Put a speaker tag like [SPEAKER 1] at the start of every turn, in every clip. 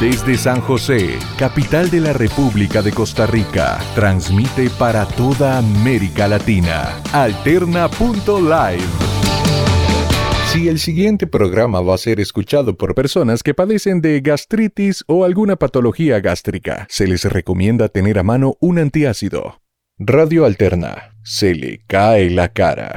[SPEAKER 1] Desde San José, capital de la República de Costa Rica, transmite para toda América Latina. Alterna.live. Si el siguiente programa va a ser escuchado por personas que padecen de gastritis o alguna patología gástrica, se les recomienda tener a mano un antiácido. Radio Alterna. Se le cae la cara.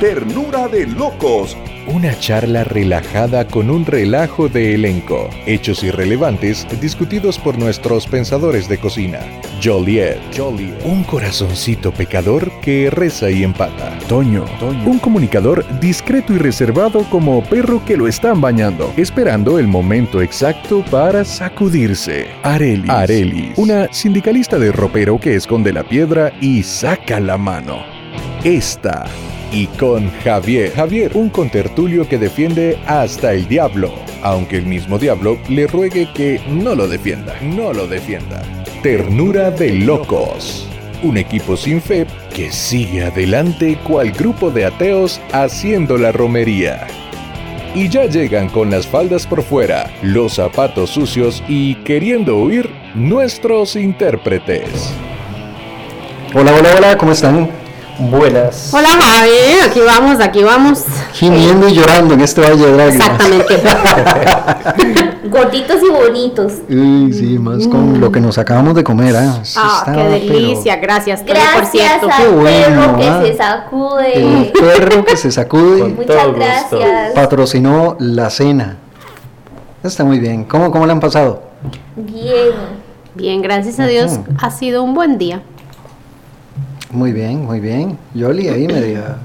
[SPEAKER 2] Ternura de locos.
[SPEAKER 1] Una charla relajada con un relajo de elenco. Hechos irrelevantes discutidos por nuestros pensadores de cocina. Joliet, Joliet. un corazoncito pecador que reza y empata. Toño, Toño, un comunicador discreto y reservado como perro que lo están bañando, esperando el momento exacto para sacudirse. Arelis, Arelis, una sindicalista de ropero que esconde la piedra y saca la mano. Esta y con Javier. Javier, un contertulio que defiende hasta el diablo, aunque el mismo diablo le ruegue que no lo defienda, no lo defienda. Ternura de locos. Un equipo sin fe que sigue adelante cual grupo de ateos haciendo la romería. Y ya llegan con las faldas por fuera, los zapatos sucios y queriendo huir nuestros intérpretes.
[SPEAKER 3] Hola, hola, hola, ¿cómo están? Buenas.
[SPEAKER 4] Hola Javi, aquí vamos, aquí vamos.
[SPEAKER 3] Gimiendo y llorando en este valle de lágrimas.
[SPEAKER 4] Exactamente. Gorditos y bonitos.
[SPEAKER 3] Uy, sí, más con lo que nos acabamos de comer. ¿eh? Eso
[SPEAKER 4] Ah,
[SPEAKER 3] estaba,
[SPEAKER 4] qué delicia, gracias. Tony, por
[SPEAKER 5] Gracias
[SPEAKER 4] cierto.
[SPEAKER 5] al
[SPEAKER 3] qué bueno,
[SPEAKER 5] perro que
[SPEAKER 3] ah.
[SPEAKER 5] se
[SPEAKER 3] pero
[SPEAKER 5] sacude.
[SPEAKER 3] El perro que se sacude
[SPEAKER 5] Muchas gracias.
[SPEAKER 3] patrocinó la cena. Está muy bien. ¿Cómo, cómo la han pasado?
[SPEAKER 5] Bien.
[SPEAKER 4] Bien, gracias a Dios,
[SPEAKER 3] Ujú.
[SPEAKER 4] ha sido un buen día.
[SPEAKER 3] Muy bien, muy bien. Yoli ahí media.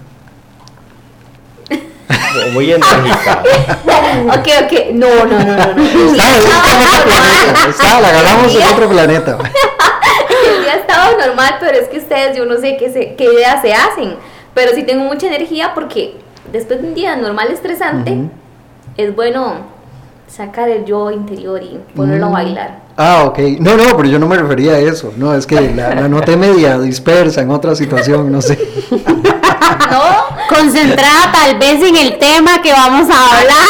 [SPEAKER 6] Muy enérgica.
[SPEAKER 5] Ok, ok. No, no, no, no. no.
[SPEAKER 3] Está, está en otro planeta. Está, la agarramos en otro planeta.
[SPEAKER 5] El día ha estado normal, pero es que ustedes, yo no sé qué, se- qué ideas se hacen. Pero sí tengo mucha energía porque después de un día normal estresante,
[SPEAKER 3] Ujú.
[SPEAKER 5] es bueno sacar el yo interior y ponerlo a bailar.
[SPEAKER 3] Ah, ok. No, no, pero yo no me refería a eso. No, es que la, la noté media dispersa en otra situación, no sé.
[SPEAKER 5] ¿No?
[SPEAKER 4] Concentrada tal vez en el tema que vamos a hablar.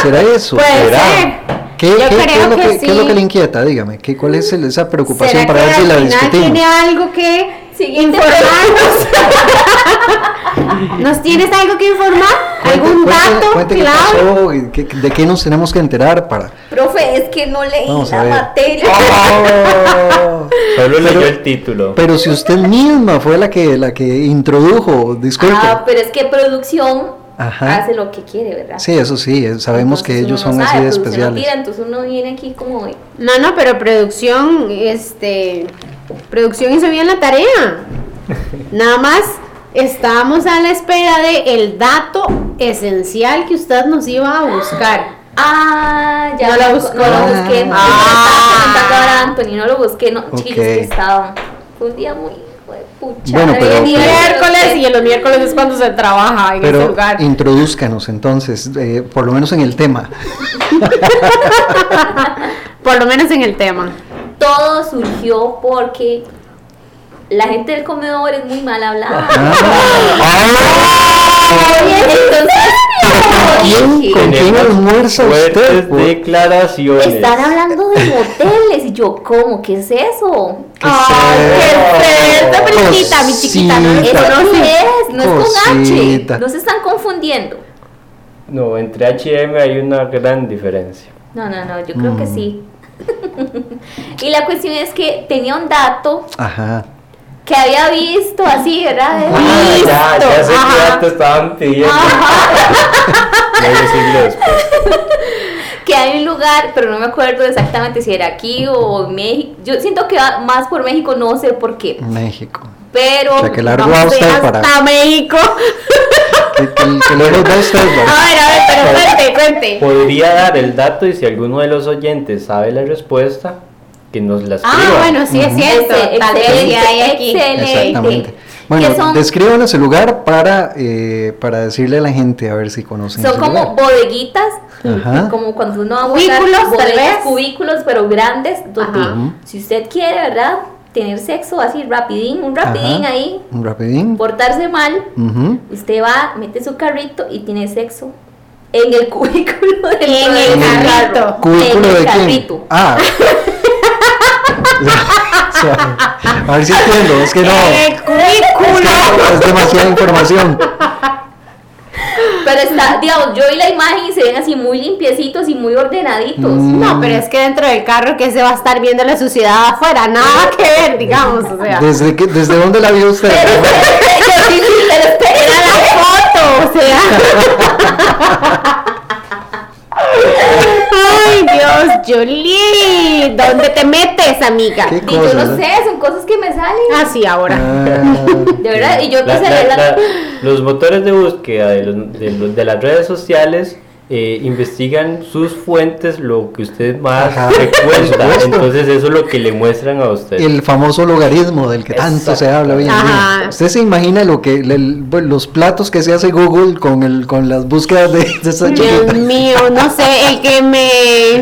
[SPEAKER 3] ¿Será, será eso?
[SPEAKER 4] Puede
[SPEAKER 3] ¿Será?
[SPEAKER 4] ser.
[SPEAKER 3] ¿Qué,
[SPEAKER 4] Yo
[SPEAKER 3] qué- qué
[SPEAKER 4] creo
[SPEAKER 3] es lo
[SPEAKER 4] que
[SPEAKER 3] que, qué es lo
[SPEAKER 4] sí.
[SPEAKER 3] que le inquieta? Dígame, ¿qué, ¿cuál es el- esa preocupación
[SPEAKER 4] ¿Será
[SPEAKER 3] para
[SPEAKER 4] que
[SPEAKER 3] ver si
[SPEAKER 4] al
[SPEAKER 3] la
[SPEAKER 4] final tiene
[SPEAKER 3] discutimos?
[SPEAKER 4] algo que
[SPEAKER 5] Siguiente
[SPEAKER 4] informarnos? ¿Nos tienes algo que informar?
[SPEAKER 3] Cuente-
[SPEAKER 4] ¿Algún
[SPEAKER 3] cuente-
[SPEAKER 4] dato?
[SPEAKER 3] cuente qué
[SPEAKER 4] claro.
[SPEAKER 3] pasó y qué- ¿De qué nos tenemos que enterar para...?
[SPEAKER 5] Profe, es que no leí
[SPEAKER 3] Vamos a
[SPEAKER 5] la
[SPEAKER 3] ver. Oh,
[SPEAKER 5] materia.
[SPEAKER 6] Solo leyó
[SPEAKER 3] Pero-
[SPEAKER 6] el título.
[SPEAKER 3] Pero si usted misma fue la que, la que introdujo, disculpe.
[SPEAKER 5] Ah, pero es que producción
[SPEAKER 3] Ajá.
[SPEAKER 5] hace lo que quiere, ¿verdad?
[SPEAKER 4] pues,
[SPEAKER 3] sí, eso sí, eh, sabemos
[SPEAKER 5] Entonces
[SPEAKER 3] que
[SPEAKER 5] uno
[SPEAKER 3] ellos
[SPEAKER 5] no
[SPEAKER 3] son
[SPEAKER 5] sabe,
[SPEAKER 3] así de
[SPEAKER 5] pues, usted no
[SPEAKER 3] especiales.
[SPEAKER 5] tira, entonces uno viene aquí como de-
[SPEAKER 4] No, no, pero producción, este, producción hizo bien la tarea. Nada más estábamos a la espera de el dato esencial que usted nos iba a buscar.
[SPEAKER 5] Ah, ya
[SPEAKER 4] No la
[SPEAKER 5] lo-
[SPEAKER 4] buscó.
[SPEAKER 5] No lo busqué. no,
[SPEAKER 4] Ah.
[SPEAKER 5] me estaba comentando ahora Anthony, no lo busqué. No, chiquillos, que
[SPEAKER 3] Ok.
[SPEAKER 5] estaba. Fue un día muy hijo de pucha.
[SPEAKER 3] Bueno,
[SPEAKER 5] había
[SPEAKER 3] pero-
[SPEAKER 5] ni
[SPEAKER 3] pero-
[SPEAKER 4] Miércoles y los miércoles es cuando se trabaja en ese
[SPEAKER 3] Pero
[SPEAKER 4] lugar.
[SPEAKER 3] introduzcanos entonces, eh, por lo menos en el tema.
[SPEAKER 4] Por lo menos en el tema.
[SPEAKER 5] Todo surgió porque la gente del comedor es muy mal
[SPEAKER 3] Ah,
[SPEAKER 5] hablada.
[SPEAKER 3] ¿Quién-
[SPEAKER 5] Entonces, dije,
[SPEAKER 3] ¿Con quién
[SPEAKER 6] Tenemos
[SPEAKER 3] almuerza usted?
[SPEAKER 6] Fuertes
[SPEAKER 3] por-
[SPEAKER 6] declaraciones.
[SPEAKER 5] están hablando de moteles. Y yo, ¿cómo? ¿Qué es eso?
[SPEAKER 4] ¡Ay, qué cerdo, mi chiquita, mi chiquita! No,
[SPEAKER 5] Eso
[SPEAKER 3] Eh, Cosita.
[SPEAKER 4] Eso no
[SPEAKER 5] no
[SPEAKER 4] se-
[SPEAKER 5] es, no es con
[SPEAKER 3] Cosita.
[SPEAKER 5] H. No se están confundiendo.
[SPEAKER 6] No, entre H&M hay una gran diferencia.
[SPEAKER 5] No, no, no, yo creo que
[SPEAKER 3] Mm.
[SPEAKER 5] sí. y la cuestión es que tenía un dato
[SPEAKER 3] Ajá.
[SPEAKER 5] que había visto así, ¿verdad?
[SPEAKER 6] Ah, ya, ya sé
[SPEAKER 4] Ajá.
[SPEAKER 6] que ya te estaban pidiendo. Medio siglo después.
[SPEAKER 5] Que hay un lugar, pero no me acuerdo exactamente si era aquí o en México. Yo siento que va más por México, no sé por qué.
[SPEAKER 3] México.
[SPEAKER 5] Pero
[SPEAKER 3] Mm. O sea, que largo
[SPEAKER 5] vamos
[SPEAKER 3] va
[SPEAKER 5] a
[SPEAKER 3] usted
[SPEAKER 5] ir
[SPEAKER 4] Hasta
[SPEAKER 5] hasta-
[SPEAKER 3] para.
[SPEAKER 4] México.
[SPEAKER 3] Que, que- que este lejos va usted, ¿verdad?
[SPEAKER 4] A ver, a ver, pero cuente, cuente.
[SPEAKER 6] Podría dar el dato y si alguno de los oyentes sabe la respuesta, que nos la escriba.
[SPEAKER 4] Ah, bueno, sí es cierto.
[SPEAKER 5] Ese-
[SPEAKER 4] Tal vez
[SPEAKER 5] excelente,
[SPEAKER 4] ya hay aquí.
[SPEAKER 5] excelente.
[SPEAKER 3] Exactamente.
[SPEAKER 5] que
[SPEAKER 3] Bueno,
[SPEAKER 5] son,
[SPEAKER 3] descríbanos el lugar para, eh, para decirle a la gente a ver si conocen.
[SPEAKER 5] son
[SPEAKER 3] ese
[SPEAKER 5] como
[SPEAKER 3] lugar.
[SPEAKER 5] bodeguitas,
[SPEAKER 3] Ajá.
[SPEAKER 5] como cuando uno va a buscar
[SPEAKER 4] Cubículos, tal
[SPEAKER 5] bodegas,
[SPEAKER 4] vez.
[SPEAKER 5] cubículos, pero grandes, donde
[SPEAKER 4] Ajá.
[SPEAKER 5] si usted quiere, ¿verdad? Tener sexo así rapidín, un rapidín
[SPEAKER 3] Ajá.
[SPEAKER 5] ahí,
[SPEAKER 3] Un rapidín.
[SPEAKER 5] portarse mal,
[SPEAKER 3] Ujú.
[SPEAKER 5] Usted va, mete su carrito y tiene sexo en el cubículo del
[SPEAKER 4] En el
[SPEAKER 5] del
[SPEAKER 4] carrito.
[SPEAKER 5] carro.
[SPEAKER 3] ¿Cubículo
[SPEAKER 5] en el
[SPEAKER 3] de quién?
[SPEAKER 5] carrito.
[SPEAKER 3] Ah. O sea, a ver si entiendo, es que no.
[SPEAKER 4] En el cubículo.
[SPEAKER 3] Es demasiada información.
[SPEAKER 5] Pero está, digamos, yo vi la imagen y se ven así muy limpiecitos y muy ordenaditos.
[SPEAKER 3] Mm.
[SPEAKER 4] No, pero es que dentro del carro que se va a estar viendo la suciedad afuera, nada que ver, digamos, o sea.
[SPEAKER 3] ¿Desde, que, ¿Desde dónde la vio usted?
[SPEAKER 5] Pero, pero sí, sí, pero espere,
[SPEAKER 4] Era la foto, o sea. Ay, Dios, Julie, ¿dónde te metes, amiga?
[SPEAKER 3] ¿Qué
[SPEAKER 5] Y yo
[SPEAKER 3] cosas,
[SPEAKER 5] no
[SPEAKER 3] eh?
[SPEAKER 5] sé, son cosas que me salen.
[SPEAKER 4] Así ahora.
[SPEAKER 3] Ah,
[SPEAKER 5] De verdad, y yo
[SPEAKER 6] Eh, La-
[SPEAKER 5] quise
[SPEAKER 6] la-
[SPEAKER 5] ver la.
[SPEAKER 6] la- los motores de búsqueda de, los- de los- de las redes sociales eh, investigan sus fuentes, lo que usted más
[SPEAKER 3] Ajá,
[SPEAKER 6] frecuenta.
[SPEAKER 3] por supuesto.
[SPEAKER 6] Entonces eso es lo que le muestran a usted.
[SPEAKER 3] el famoso logaritmo del que tanto se habla hoy en día.
[SPEAKER 4] Ajá.
[SPEAKER 3] Usted se imagina lo que le- bueno, los platos que se hace Google con el con las búsquedas de, de esa
[SPEAKER 4] Dios
[SPEAKER 3] chiquita.
[SPEAKER 4] mío, no sé, el que me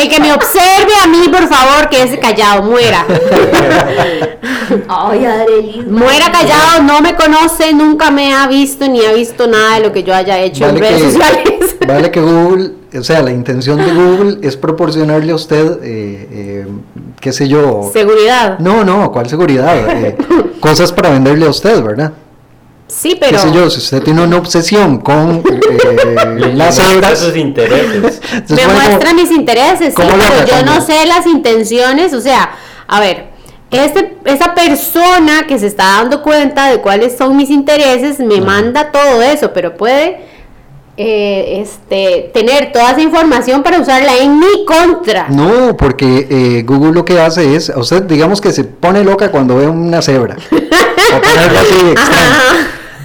[SPEAKER 4] el que me observe a mí, por favor, que ese callado muera.
[SPEAKER 5] Ay, Arelis.
[SPEAKER 4] Muera callado, no me conoce, nunca me ha visto ni ha visto nada de lo que yo haya hecho en redes sociales.
[SPEAKER 3] vale que Google, o sea, la intención de Google es proporcionarle a usted, eh, eh, qué sé yo.
[SPEAKER 4] Seguridad.
[SPEAKER 3] No, no, ¿cuál seguridad? Eh, cosas para venderle a usted, ¿verdad?
[SPEAKER 4] Sí, pero
[SPEAKER 3] Qué sé yo, si usted tiene una obsesión con
[SPEAKER 6] Le-
[SPEAKER 3] eh,
[SPEAKER 6] le
[SPEAKER 3] las
[SPEAKER 6] muestra
[SPEAKER 3] obras.
[SPEAKER 6] sus intereses.
[SPEAKER 3] entonces,
[SPEAKER 4] me
[SPEAKER 3] bueno,
[SPEAKER 4] muestra mis intereses, sí,
[SPEAKER 3] ¿cómo lo
[SPEAKER 4] pero yo
[SPEAKER 3] recambio?
[SPEAKER 4] no sé las intenciones, o sea, a ver, este, esa persona que se está dando cuenta de cuáles son mis intereses me manda todo eso, pero puede eh, este, tener toda esa información para usarla en mi contra.
[SPEAKER 3] No, porque eh, Google lo que hace es, a usted digamos que se pone loca cuando ve una cebra. o ponerlo así extraño.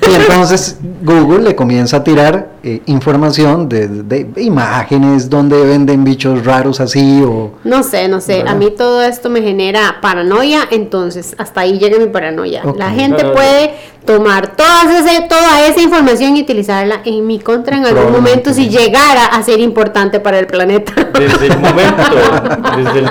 [SPEAKER 3] Y entonces Google le comienza a tirar eh, información de, de- de imágenes donde venden bichos raros así o...
[SPEAKER 4] No sé, no sé. A mí todo esto me genera paranoia, entonces hasta ahí llega mi paranoia.
[SPEAKER 3] Ok.
[SPEAKER 4] La gente
[SPEAKER 6] No, no, no.
[SPEAKER 4] puede tomar todas ese- toda esa información y utilizarla en mi contra en algún momento si llegara a ser importante para el planeta.
[SPEAKER 6] Desde el momento, desde el,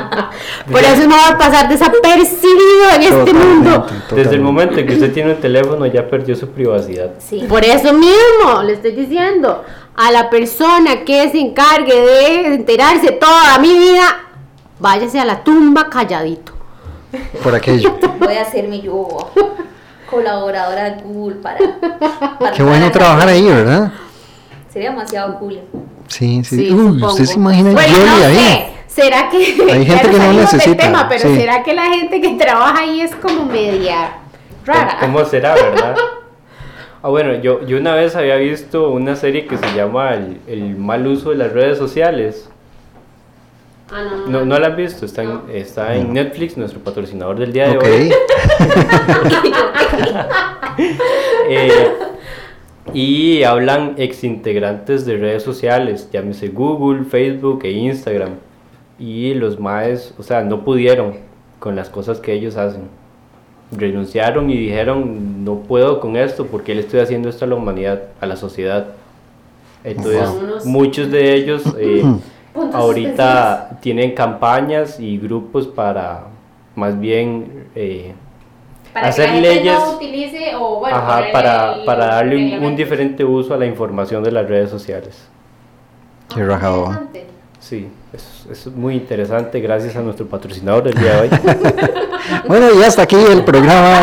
[SPEAKER 4] Por eso no va a pasar desapercibido en este
[SPEAKER 3] Totalmente,
[SPEAKER 4] mundo.
[SPEAKER 6] desde el
[SPEAKER 3] totalmente.
[SPEAKER 6] momento en que usted tiene un teléfono ya perdió su privacidad.
[SPEAKER 5] Sí.
[SPEAKER 4] Por eso mismo le estoy diciendo a la persona que se encargue de enterarse toda mi vida, váyase a la tumba calladito.
[SPEAKER 3] Por aquello.
[SPEAKER 5] Voy a hacerme yo colaboradora de Google para. para
[SPEAKER 3] Qué bueno
[SPEAKER 5] para-
[SPEAKER 3] trabajar ahí, ¿verdad?
[SPEAKER 5] Sería demasiado cool.
[SPEAKER 3] Sí, sí.
[SPEAKER 4] Sí,
[SPEAKER 3] Uy,
[SPEAKER 4] supongo.
[SPEAKER 3] usted se imagina
[SPEAKER 4] Bueno,
[SPEAKER 3] Yoli
[SPEAKER 4] no
[SPEAKER 3] ahí.
[SPEAKER 4] sé, ¿Será que
[SPEAKER 3] Hay gente
[SPEAKER 4] ya nos
[SPEAKER 3] que no
[SPEAKER 4] salimos del
[SPEAKER 3] necesita,
[SPEAKER 4] tema, pero
[SPEAKER 3] sí.
[SPEAKER 4] será que la gente que trabaja ahí es como media rara?
[SPEAKER 6] ¿Cómo será, verdad? Ah, bueno, yo, yo una vez había visto una serie que se llama El, el mal uso de las redes sociales.
[SPEAKER 4] Ah, no, no.
[SPEAKER 6] No, no la has visto, está en, está en Netflix, nuestro patrocinador del día de
[SPEAKER 3] Ok.
[SPEAKER 6] hoy. Eh, y hablan exintegrantes de redes sociales, llámese Google, Facebook e Instagram. Y los maes, o sea, no pudieron con las cosas que ellos hacen. Renunciaron y dijeron, no puedo con esto porque le estoy haciendo esto a la humanidad, a la sociedad. Entonces,
[SPEAKER 4] Wow.
[SPEAKER 6] muchos de ellos eh,
[SPEAKER 4] Puntos
[SPEAKER 6] ahorita tienen campañas y grupos para más bien... eh, hacer leyes
[SPEAKER 4] utilice o
[SPEAKER 6] Ajá, para, para darle un- un, diferente uso a la información de las redes sociales.
[SPEAKER 3] Qué rajado.
[SPEAKER 6] Sí, eso, es- eso es muy interesante gracias a nuestro patrocinador del día de hoy.
[SPEAKER 3] Bueno, y hasta aquí el programa.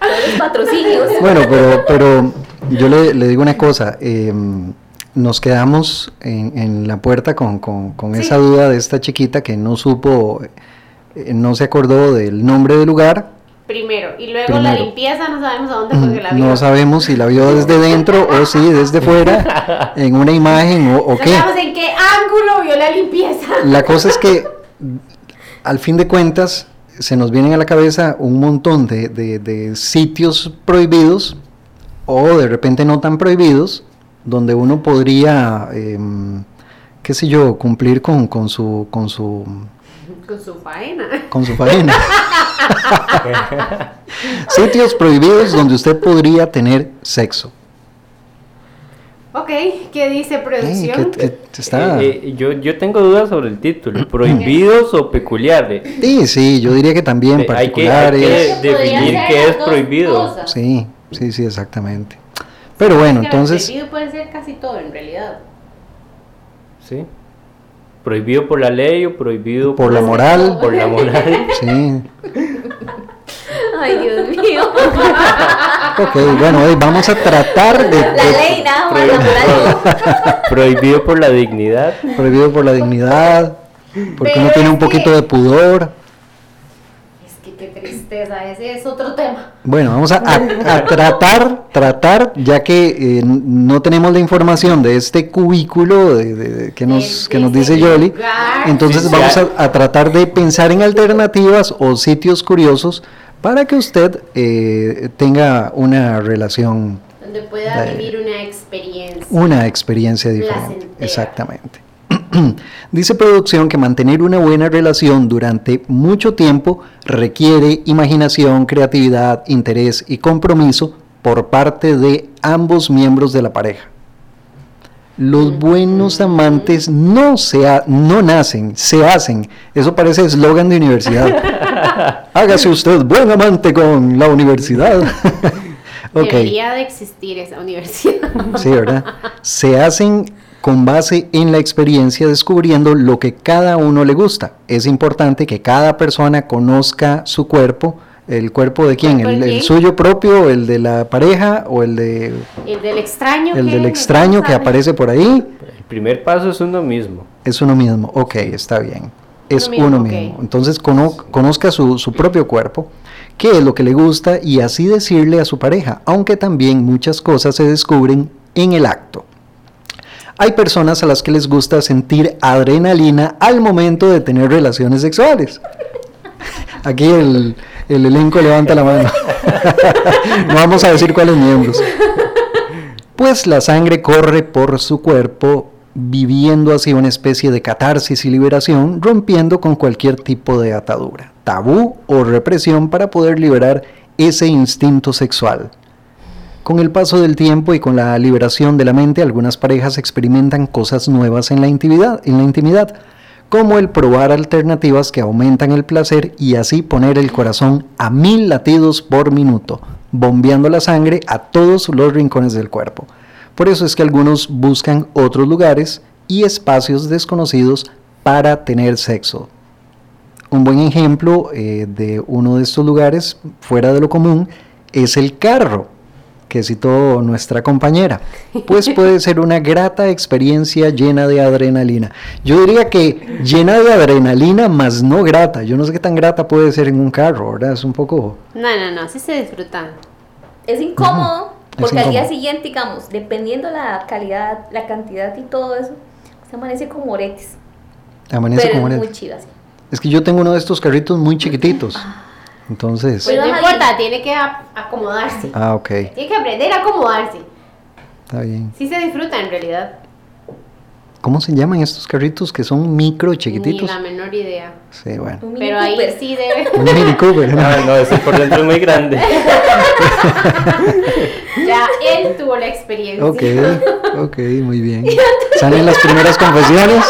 [SPEAKER 5] Todos los patrocinios.
[SPEAKER 3] Bueno, pero, pero yo le, le digo una cosa. eh, nos quedamos en, en la puerta con, con- con esa duda de esta chiquita que no supo, eh, no se acordó del nombre del lugar.
[SPEAKER 4] Primero, y luego la
[SPEAKER 3] Primero. Mm,
[SPEAKER 4] limpieza no sabemos a dónde porque la vimos.
[SPEAKER 3] No sabemos si la vio desde dentro o si desde fuera, en una imagen o, o
[SPEAKER 4] No
[SPEAKER 3] qué.
[SPEAKER 4] sabemos en qué ángulo vio la limpieza.
[SPEAKER 3] La cosa es que, al fin de cuentas, se nos vienen a la cabeza un montón de, de- de sitios prohibidos o de repente no tan prohibidos, donde uno podría, em, qué sé yo, cumplir con, con su con su
[SPEAKER 4] Con su faena.
[SPEAKER 3] con su faena. sitios prohibidos donde usted podría tener sexo.
[SPEAKER 4] Ok, ¿qué dice
[SPEAKER 3] Ey,
[SPEAKER 4] producción?
[SPEAKER 3] que- que está-
[SPEAKER 6] Eh, eh, yo, yo tengo dudas sobre el título, prohibidos o peculiares.
[SPEAKER 3] Sí, sí, yo diría que también
[SPEAKER 6] Eh, hay que- hay que-
[SPEAKER 3] particulares.
[SPEAKER 6] definir
[SPEAKER 5] Podrían ser
[SPEAKER 6] qué
[SPEAKER 5] las
[SPEAKER 6] es
[SPEAKER 5] dos
[SPEAKER 6] prohibido.
[SPEAKER 5] cosas.
[SPEAKER 3] Sí, sí, sí, exactamente. Pero bueno,
[SPEAKER 4] que
[SPEAKER 3] entonces...
[SPEAKER 4] Prohibido puede ser casi todo en realidad.
[SPEAKER 6] ¿sí? Prohibido por la ley o prohibido
[SPEAKER 3] Por la moral.
[SPEAKER 6] Por la moral.
[SPEAKER 3] Sí.
[SPEAKER 5] Ay, Dios mío.
[SPEAKER 3] Ok, bueno, hoy vamos a tratar de...
[SPEAKER 5] La
[SPEAKER 3] de-
[SPEAKER 5] ley nada más, la
[SPEAKER 6] Prohibido,
[SPEAKER 5] moral no.
[SPEAKER 6] prohibido por la dignidad.
[SPEAKER 3] Prohibido por la dignidad, porque
[SPEAKER 4] Pero
[SPEAKER 3] uno tiene un
[SPEAKER 4] es que-
[SPEAKER 3] poquito de pudor.
[SPEAKER 4] Es que qué tristeza, ese es otro tema.
[SPEAKER 3] Bueno, vamos a, a- a tratar, tratar, ya que eh, n- no tenemos la información de este cubículo de- de- de- que, nos,
[SPEAKER 4] Del
[SPEAKER 3] que nos dice
[SPEAKER 4] diseño
[SPEAKER 3] Yoli,
[SPEAKER 4] este lugar.
[SPEAKER 3] entonces
[SPEAKER 6] Sí,
[SPEAKER 3] vamos
[SPEAKER 6] ya.
[SPEAKER 3] a, a tratar de pensar en alternativas o sitios curiosos para que usted eh, tenga una relación,
[SPEAKER 4] Donde pueda
[SPEAKER 3] Eh,
[SPEAKER 4] vivir una experiencia.
[SPEAKER 3] una experiencia diferente.
[SPEAKER 4] Placentera.
[SPEAKER 3] Exactamente. Dice producción que mantener una buena relación durante mucho tiempo requiere imaginación, creatividad, interés y compromiso por parte de ambos miembros de la pareja. Los buenos amantes no, se ha- no nacen, se hacen. Eso parece eslogan de universidad. Hágase usted buen amante con la universidad. Ok.
[SPEAKER 4] Debería de existir esa universidad.
[SPEAKER 3] Sí, ¿verdad? Se hacen con base en la experiencia descubriendo lo que cada uno le gusta. Es importante que cada persona conozca su cuerpo. ¿El cuerpo de quién?
[SPEAKER 4] ¿Cuerpo de
[SPEAKER 3] ¿El, el
[SPEAKER 4] quién?
[SPEAKER 3] suyo propio, el de la pareja o el, de,
[SPEAKER 4] El del extraño.
[SPEAKER 3] el
[SPEAKER 4] ¿qué?
[SPEAKER 3] del extraño que
[SPEAKER 4] ¿Sabe?
[SPEAKER 3] aparece por ahí?
[SPEAKER 6] El primer paso es uno mismo.
[SPEAKER 3] Es uno mismo. Ok, está bien. Es
[SPEAKER 4] Uno mismo,
[SPEAKER 3] uno
[SPEAKER 4] ok.
[SPEAKER 3] mismo. Entonces cono- conozca su, su propio cuerpo, qué es lo que le gusta y así decirle a su pareja, aunque también muchas cosas se descubren en el acto. Hay personas a las que les gusta sentir adrenalina al momento de tener relaciones sexuales. Aquí el, el elenco levanta la mano. No vamos a decir cuáles miembros. Pues la sangre corre por su cuerpo, viviendo así una especie de catarsis y liberación, rompiendo con cualquier tipo de atadura, tabú o represión para poder liberar ese instinto sexual. Con el paso del tiempo y con la liberación de la mente, algunas parejas experimentan cosas nuevas en la intimidad, en la intimidad, como el probar alternativas que aumentan el placer y así poner el corazón a mil latidos por minuto, bombeando la sangre a todos los rincones del cuerpo. Por eso es que algunos buscan otros lugares y espacios desconocidos para tener sexo. Un buen ejemplo eh, de uno de estos lugares fuera de lo común es el carro, que citó nuestra compañera. Pues puede ser una grata experiencia llena de adrenalina. Yo diría que llena de adrenalina, más no grata. Yo no sé qué tan grata puede ser en un carro, ¿verdad? Es un poco...
[SPEAKER 4] No, no, no, sí se disfrutan.
[SPEAKER 5] Pues Es incómodo,
[SPEAKER 3] es
[SPEAKER 5] porque al día
[SPEAKER 3] incómodo.
[SPEAKER 5] siguiente, digamos, dependiendo la calidad, la cantidad y todo eso, se amanece como oretes.
[SPEAKER 3] Amanece
[SPEAKER 5] pero
[SPEAKER 3] como
[SPEAKER 5] es
[SPEAKER 3] una-
[SPEAKER 5] muy chido así.
[SPEAKER 3] Es que yo tengo uno de estos carritos muy chiquititos. Entonces...
[SPEAKER 4] Pues no
[SPEAKER 5] Ajá,
[SPEAKER 4] importa, tiene que a- acomodarse.
[SPEAKER 3] Ah, ok.
[SPEAKER 4] Tiene que aprender a acomodarse.
[SPEAKER 3] Está bien.
[SPEAKER 4] Sí se disfruta en realidad.
[SPEAKER 3] ¿Cómo se llaman estos carritos que son micro
[SPEAKER 4] Ni
[SPEAKER 3] chiquititos?
[SPEAKER 4] la menor idea.
[SPEAKER 3] Sí, bueno.
[SPEAKER 5] Un Mini
[SPEAKER 4] Pero ahí
[SPEAKER 5] Cooper.
[SPEAKER 4] sí debe.
[SPEAKER 3] Un Mini Cooper. ¿no?
[SPEAKER 6] Ah, no, ese por dentro es muy grande.
[SPEAKER 4] Ya él tuvo la experiencia.
[SPEAKER 3] Ok, ok, muy bien. Salen las primeras confesiones.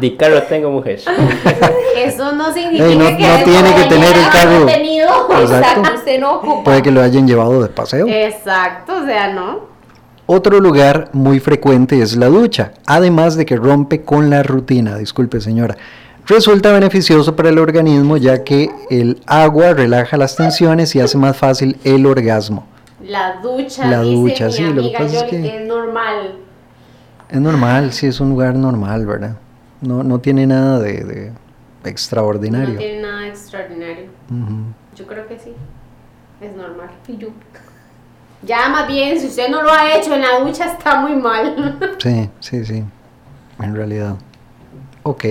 [SPEAKER 6] Di carro tengo mujer.
[SPEAKER 4] Eso no significa
[SPEAKER 3] Ey, no-
[SPEAKER 4] que
[SPEAKER 3] no
[SPEAKER 4] la
[SPEAKER 3] tiene que tener el
[SPEAKER 4] compañera
[SPEAKER 3] carro.
[SPEAKER 4] no ha tenido.
[SPEAKER 3] Exacto. Pues.
[SPEAKER 5] Exacto, usted no ocupa.
[SPEAKER 3] Puede que lo hayan llevado de paseo.
[SPEAKER 4] Exacto, o sea, ¿no?
[SPEAKER 3] Otro lugar muy frecuente es la ducha, además de que rompe con la rutina, disculpe señora. Resulta beneficioso para el organismo ya que el agua relaja las tensiones y hace más fácil el orgasmo.
[SPEAKER 4] La ducha,
[SPEAKER 3] La
[SPEAKER 4] dice
[SPEAKER 3] ducha,
[SPEAKER 4] mi
[SPEAKER 3] sí, lo que
[SPEAKER 4] amiga
[SPEAKER 3] pasa es
[SPEAKER 4] Yoli,
[SPEAKER 3] que-
[SPEAKER 4] es normal.
[SPEAKER 3] Es normal, sí, es un lugar normal, ¿verdad? No, no tiene nada de, de extraordinario.
[SPEAKER 4] No tiene nada extraordinario.
[SPEAKER 3] Ujú.
[SPEAKER 4] Yo creo que sí. Es normal.
[SPEAKER 5] Y yo,
[SPEAKER 4] Ya más bien, si usted no lo ha hecho en la ducha, está muy mal.
[SPEAKER 3] Sí, sí, sí. En realidad. Ok.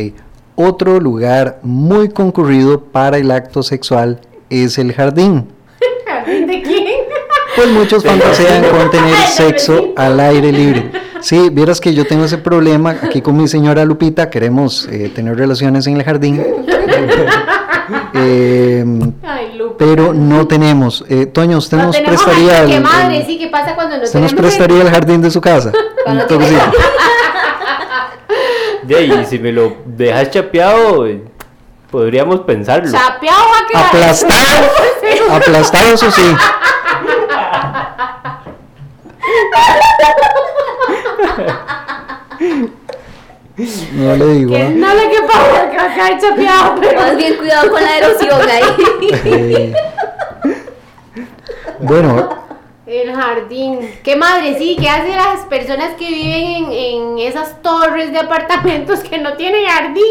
[SPEAKER 3] Otro lugar muy concurrido para el acto sexual es el jardín.
[SPEAKER 4] ¿Jardín de quién?
[SPEAKER 3] Pues muchos fantasean con tener
[SPEAKER 4] Ay,
[SPEAKER 3] sexo
[SPEAKER 4] pobrecito.
[SPEAKER 3] al aire libre. Sí, vieras que yo tengo ese problema aquí con mi señora Lupita, queremos eh, tener relaciones en el jardín. Eh,
[SPEAKER 4] Ay, Lupe.
[SPEAKER 3] pero no tenemos. Eh, Toño, usted
[SPEAKER 4] No
[SPEAKER 3] nos
[SPEAKER 4] tenemos
[SPEAKER 3] prestaría
[SPEAKER 4] jardín,
[SPEAKER 3] el-
[SPEAKER 4] qué
[SPEAKER 3] el-
[SPEAKER 4] madre, sí, ¿qué pasa cuando no
[SPEAKER 3] usted nos
[SPEAKER 4] tenemos
[SPEAKER 3] prestaría el jardín de su casa. Un toquecito.
[SPEAKER 6] De ahí, si me lo dejas chapeado, eh, podríamos pensarlo.
[SPEAKER 4] Chapeado va a quedar.
[SPEAKER 3] Aplastado, aplastado eso sí. No le digo.
[SPEAKER 4] Que
[SPEAKER 3] ¿ah?
[SPEAKER 4] no le quepa el caca chapeado, pero.
[SPEAKER 5] Más bien cuidado con la erosión ahí.
[SPEAKER 3] Eh, bueno,
[SPEAKER 4] El jardín. Qué madre, sí, ¿qué hacen las personas que viven en, en esas torres de apartamentos que no tienen jardín?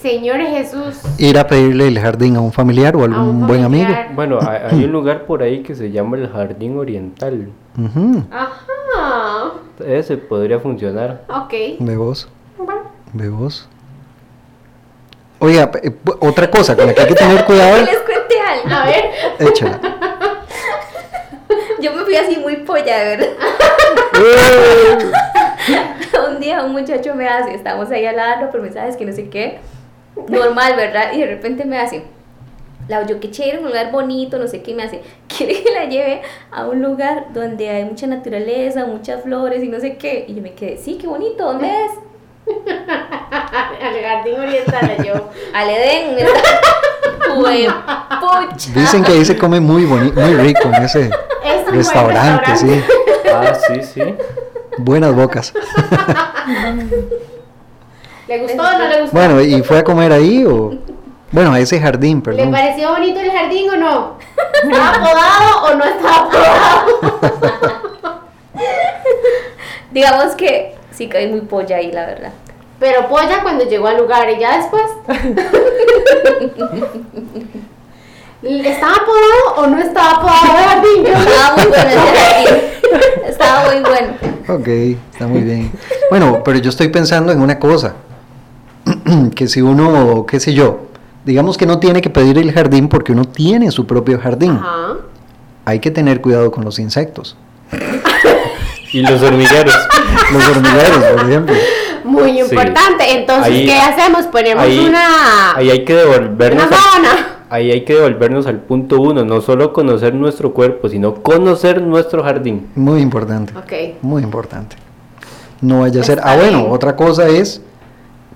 [SPEAKER 4] Señor Jesús.
[SPEAKER 3] ir a pedirle el jardín a un familiar o a
[SPEAKER 4] a
[SPEAKER 3] algún
[SPEAKER 4] un
[SPEAKER 3] buen amigo.
[SPEAKER 4] familiar.
[SPEAKER 6] Bueno, hay, hay un lugar por ahí que se llama el Jardín Oriental.
[SPEAKER 3] Ujú,
[SPEAKER 4] Ajá.
[SPEAKER 6] Ese podría funcionar.
[SPEAKER 4] Ok.
[SPEAKER 3] De vos,
[SPEAKER 4] Bueno.
[SPEAKER 3] de vos. Oiga, eh, pu- otra cosa con la que hay que tener
[SPEAKER 5] Que
[SPEAKER 3] cuidado,
[SPEAKER 5] les cuente algo.
[SPEAKER 4] A ver.
[SPEAKER 3] échala.
[SPEAKER 5] Yo me fui así muy polla, ¿verdad? un día un muchacho me hace, estamos ahí hablando por mensajes que no sé qué, normal, ¿verdad? Y de repente me hace, la yo que chévere, un lugar bonito, no sé qué, y me hace, quiere que la lleve a un lugar donde hay mucha naturaleza, muchas flores y no sé qué. Y yo me quedé, sí, qué bonito, ¿dónde es?
[SPEAKER 4] Al jardín oriental a yo.
[SPEAKER 5] Al Edén, me está- Jue- pucha.
[SPEAKER 3] Dicen que ahí se come muy bonito, muy rico en ese
[SPEAKER 4] Es un buen
[SPEAKER 3] restaurante, sí.
[SPEAKER 4] restaurante.
[SPEAKER 6] Ah, sí, sí.
[SPEAKER 3] Buenas bocas.
[SPEAKER 4] ¿Le gustó o no le gustó?
[SPEAKER 3] Bueno, ¿y fue a comer ahí o? Bueno, a ese jardín,
[SPEAKER 4] ¿Le
[SPEAKER 3] perdón.
[SPEAKER 4] pareció bonito el jardín o no? ¿Estaba podado o no estaba podado?
[SPEAKER 5] Digamos que sí caí muy polla ahí, la verdad.
[SPEAKER 4] Pero polla cuando llegó al lugar y ya después. ¿Estaba podado o no estaba podado el jardín? Yo-
[SPEAKER 5] Estaba muy bueno ese ratito. Estaba muy bueno.
[SPEAKER 3] Ok, está muy bien. Bueno, pero yo estoy pensando en una cosa. que si uno, qué sé yo, digamos que no tiene que pedir el jardín porque uno tiene su propio jardín.
[SPEAKER 4] Ajá.
[SPEAKER 3] Hay que tener cuidado con los insectos.
[SPEAKER 6] Y los hormigueros.
[SPEAKER 3] Los hormigueros, por ejemplo.
[SPEAKER 4] Muy
[SPEAKER 6] Sí.
[SPEAKER 4] importante. Entonces,
[SPEAKER 6] Ahí-
[SPEAKER 4] ¿qué hacemos? Ponemos
[SPEAKER 6] ahí-
[SPEAKER 4] una.
[SPEAKER 6] Ahí hay que devolvernos.
[SPEAKER 4] una
[SPEAKER 6] al-
[SPEAKER 4] sábana.
[SPEAKER 6] Ahí hay que devolvernos al punto uno, no solo conocer nuestro cuerpo, sino conocer nuestro jardín.
[SPEAKER 3] Muy importante.
[SPEAKER 4] Ok.
[SPEAKER 3] Muy importante. No vaya a ser.
[SPEAKER 4] Está
[SPEAKER 3] Ah, bueno,
[SPEAKER 4] bien.
[SPEAKER 3] otra cosa es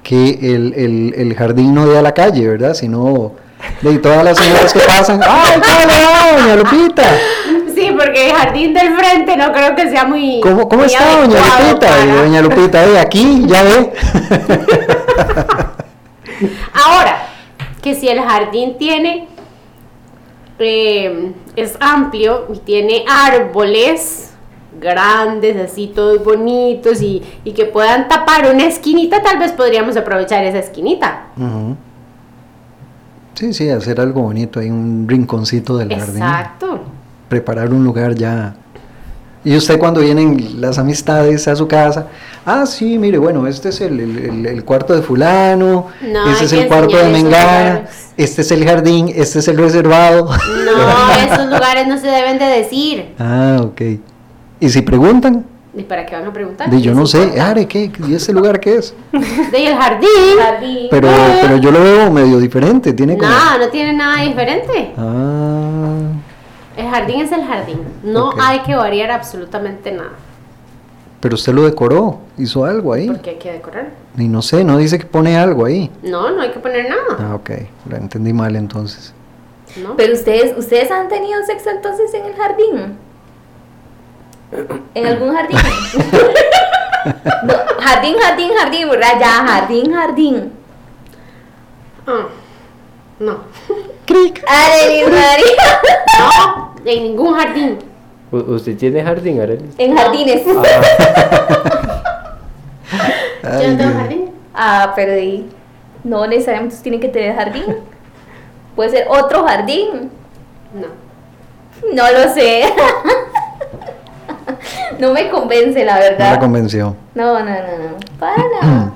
[SPEAKER 3] que el, el- el jardín no dé a la calle, ¿verdad? Sino de todas las señoras que pasan. ¡Ay, hola, doña Lupita!
[SPEAKER 4] Sí, porque el jardín del frente no creo que sea muy.
[SPEAKER 3] ¿Cómo, cómo
[SPEAKER 4] muy
[SPEAKER 3] está, doña
[SPEAKER 4] adecuado
[SPEAKER 3] Lupita? Y
[SPEAKER 4] para-
[SPEAKER 3] doña Lupita, eh, aquí, ya ve.
[SPEAKER 4] Ahora, que si el jardín tiene, eh, es amplio y tiene árboles grandes, así todos bonitos y, y que puedan tapar una esquinita, tal vez podríamos aprovechar esa esquinita.
[SPEAKER 3] Ujú. Sí, sí, hacer algo bonito. Hay un rinconcito del jardín.
[SPEAKER 4] Exacto.
[SPEAKER 3] Preparar un lugar ya. Y usted cuando vienen las amistades a su casa, ah, sí, mire, bueno, este es el, el- el- el cuarto de fulano,
[SPEAKER 4] No, hay
[SPEAKER 3] este es
[SPEAKER 4] que
[SPEAKER 3] el cuarto de
[SPEAKER 4] enseñarles los
[SPEAKER 3] Mengana,
[SPEAKER 4] lugares.
[SPEAKER 3] este es el jardín, este es el reservado.
[SPEAKER 4] No, esos lugares no se deben de decir.
[SPEAKER 3] ah, ok. ¿Y si preguntan?
[SPEAKER 4] ¿Y para qué van a preguntar?
[SPEAKER 3] Di, yo no sé, Are, ¿qué? ¿Y ese lugar qué es?
[SPEAKER 4] De el jardín.
[SPEAKER 5] Jardín.
[SPEAKER 3] Pero, pero yo lo veo medio diferente, tiene como...
[SPEAKER 4] No, no tiene nada diferente.
[SPEAKER 3] Ah,
[SPEAKER 4] El jardín es el jardín. No
[SPEAKER 3] Ok.
[SPEAKER 4] hay que variar absolutamente nada.
[SPEAKER 3] pero usted lo decoró, hizo algo ahí.
[SPEAKER 4] Porque hay que decorar.
[SPEAKER 3] Y no sé, no dice que pone algo ahí.
[SPEAKER 4] No, no hay que poner nada.
[SPEAKER 3] Ah, ok, lo entendí mal entonces.
[SPEAKER 4] ¿no?
[SPEAKER 5] Pero ustedes, ustedes han tenido sexo entonces en el jardín. ¿En algún jardín? No, jardín, jardín, jardín, ¿verdad? Ya, jardín, jardín.
[SPEAKER 4] Ah, no.
[SPEAKER 5] Ay, mi madre.
[SPEAKER 4] No, en ningún jardín.
[SPEAKER 6] U- ¿Usted tiene jardín, Arelis?
[SPEAKER 5] En jardines.
[SPEAKER 4] Yo
[SPEAKER 3] Ay,
[SPEAKER 4] no tengo
[SPEAKER 3] Dios.
[SPEAKER 4] jardín.
[SPEAKER 5] Ah, pero ahí no necesariamente ustedes tienen que tener jardín. Puede ser otro jardín.
[SPEAKER 4] No.
[SPEAKER 5] No lo sé. No me convence, la
[SPEAKER 3] No la
[SPEAKER 5] verdad.
[SPEAKER 3] convenció.
[SPEAKER 5] No, no, no, no. Para nada.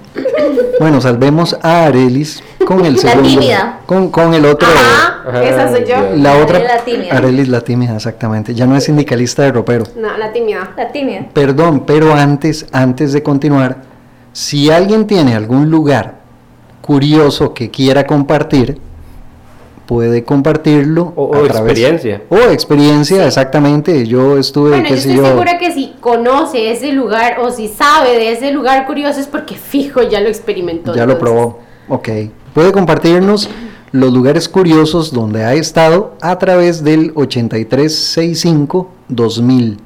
[SPEAKER 3] Bueno, salvemos a Arelis con el
[SPEAKER 5] La
[SPEAKER 3] segundo.
[SPEAKER 5] tímida.
[SPEAKER 3] Con, con el otro.
[SPEAKER 4] Ajá, Ah, esa soy yo.
[SPEAKER 3] La otra.
[SPEAKER 5] Arelis la tímida.
[SPEAKER 3] Arelis la tímida, exactamente. Ya no es sindicalista de ropero.
[SPEAKER 4] No, la timidez.
[SPEAKER 5] La tímida.
[SPEAKER 3] Perdón, pero antes, antes de continuar, si alguien tiene algún lugar curioso que quiera compartir, puede compartirlo.
[SPEAKER 6] O- o
[SPEAKER 3] a través-
[SPEAKER 6] experiencia.
[SPEAKER 3] O experiencia, exactamente. Yo estuve,
[SPEAKER 4] Bueno, yo
[SPEAKER 3] qué sé
[SPEAKER 4] estoy
[SPEAKER 3] yo.
[SPEAKER 4] segura que si conoce ese lugar o si sabe de ese lugar curioso es porque fijo ya lo experimentó.
[SPEAKER 3] Ya lo
[SPEAKER 4] entonces.
[SPEAKER 3] probó. Ok. Puede compartirnos los lugares curiosos donde ha estado a través del 8365-2000.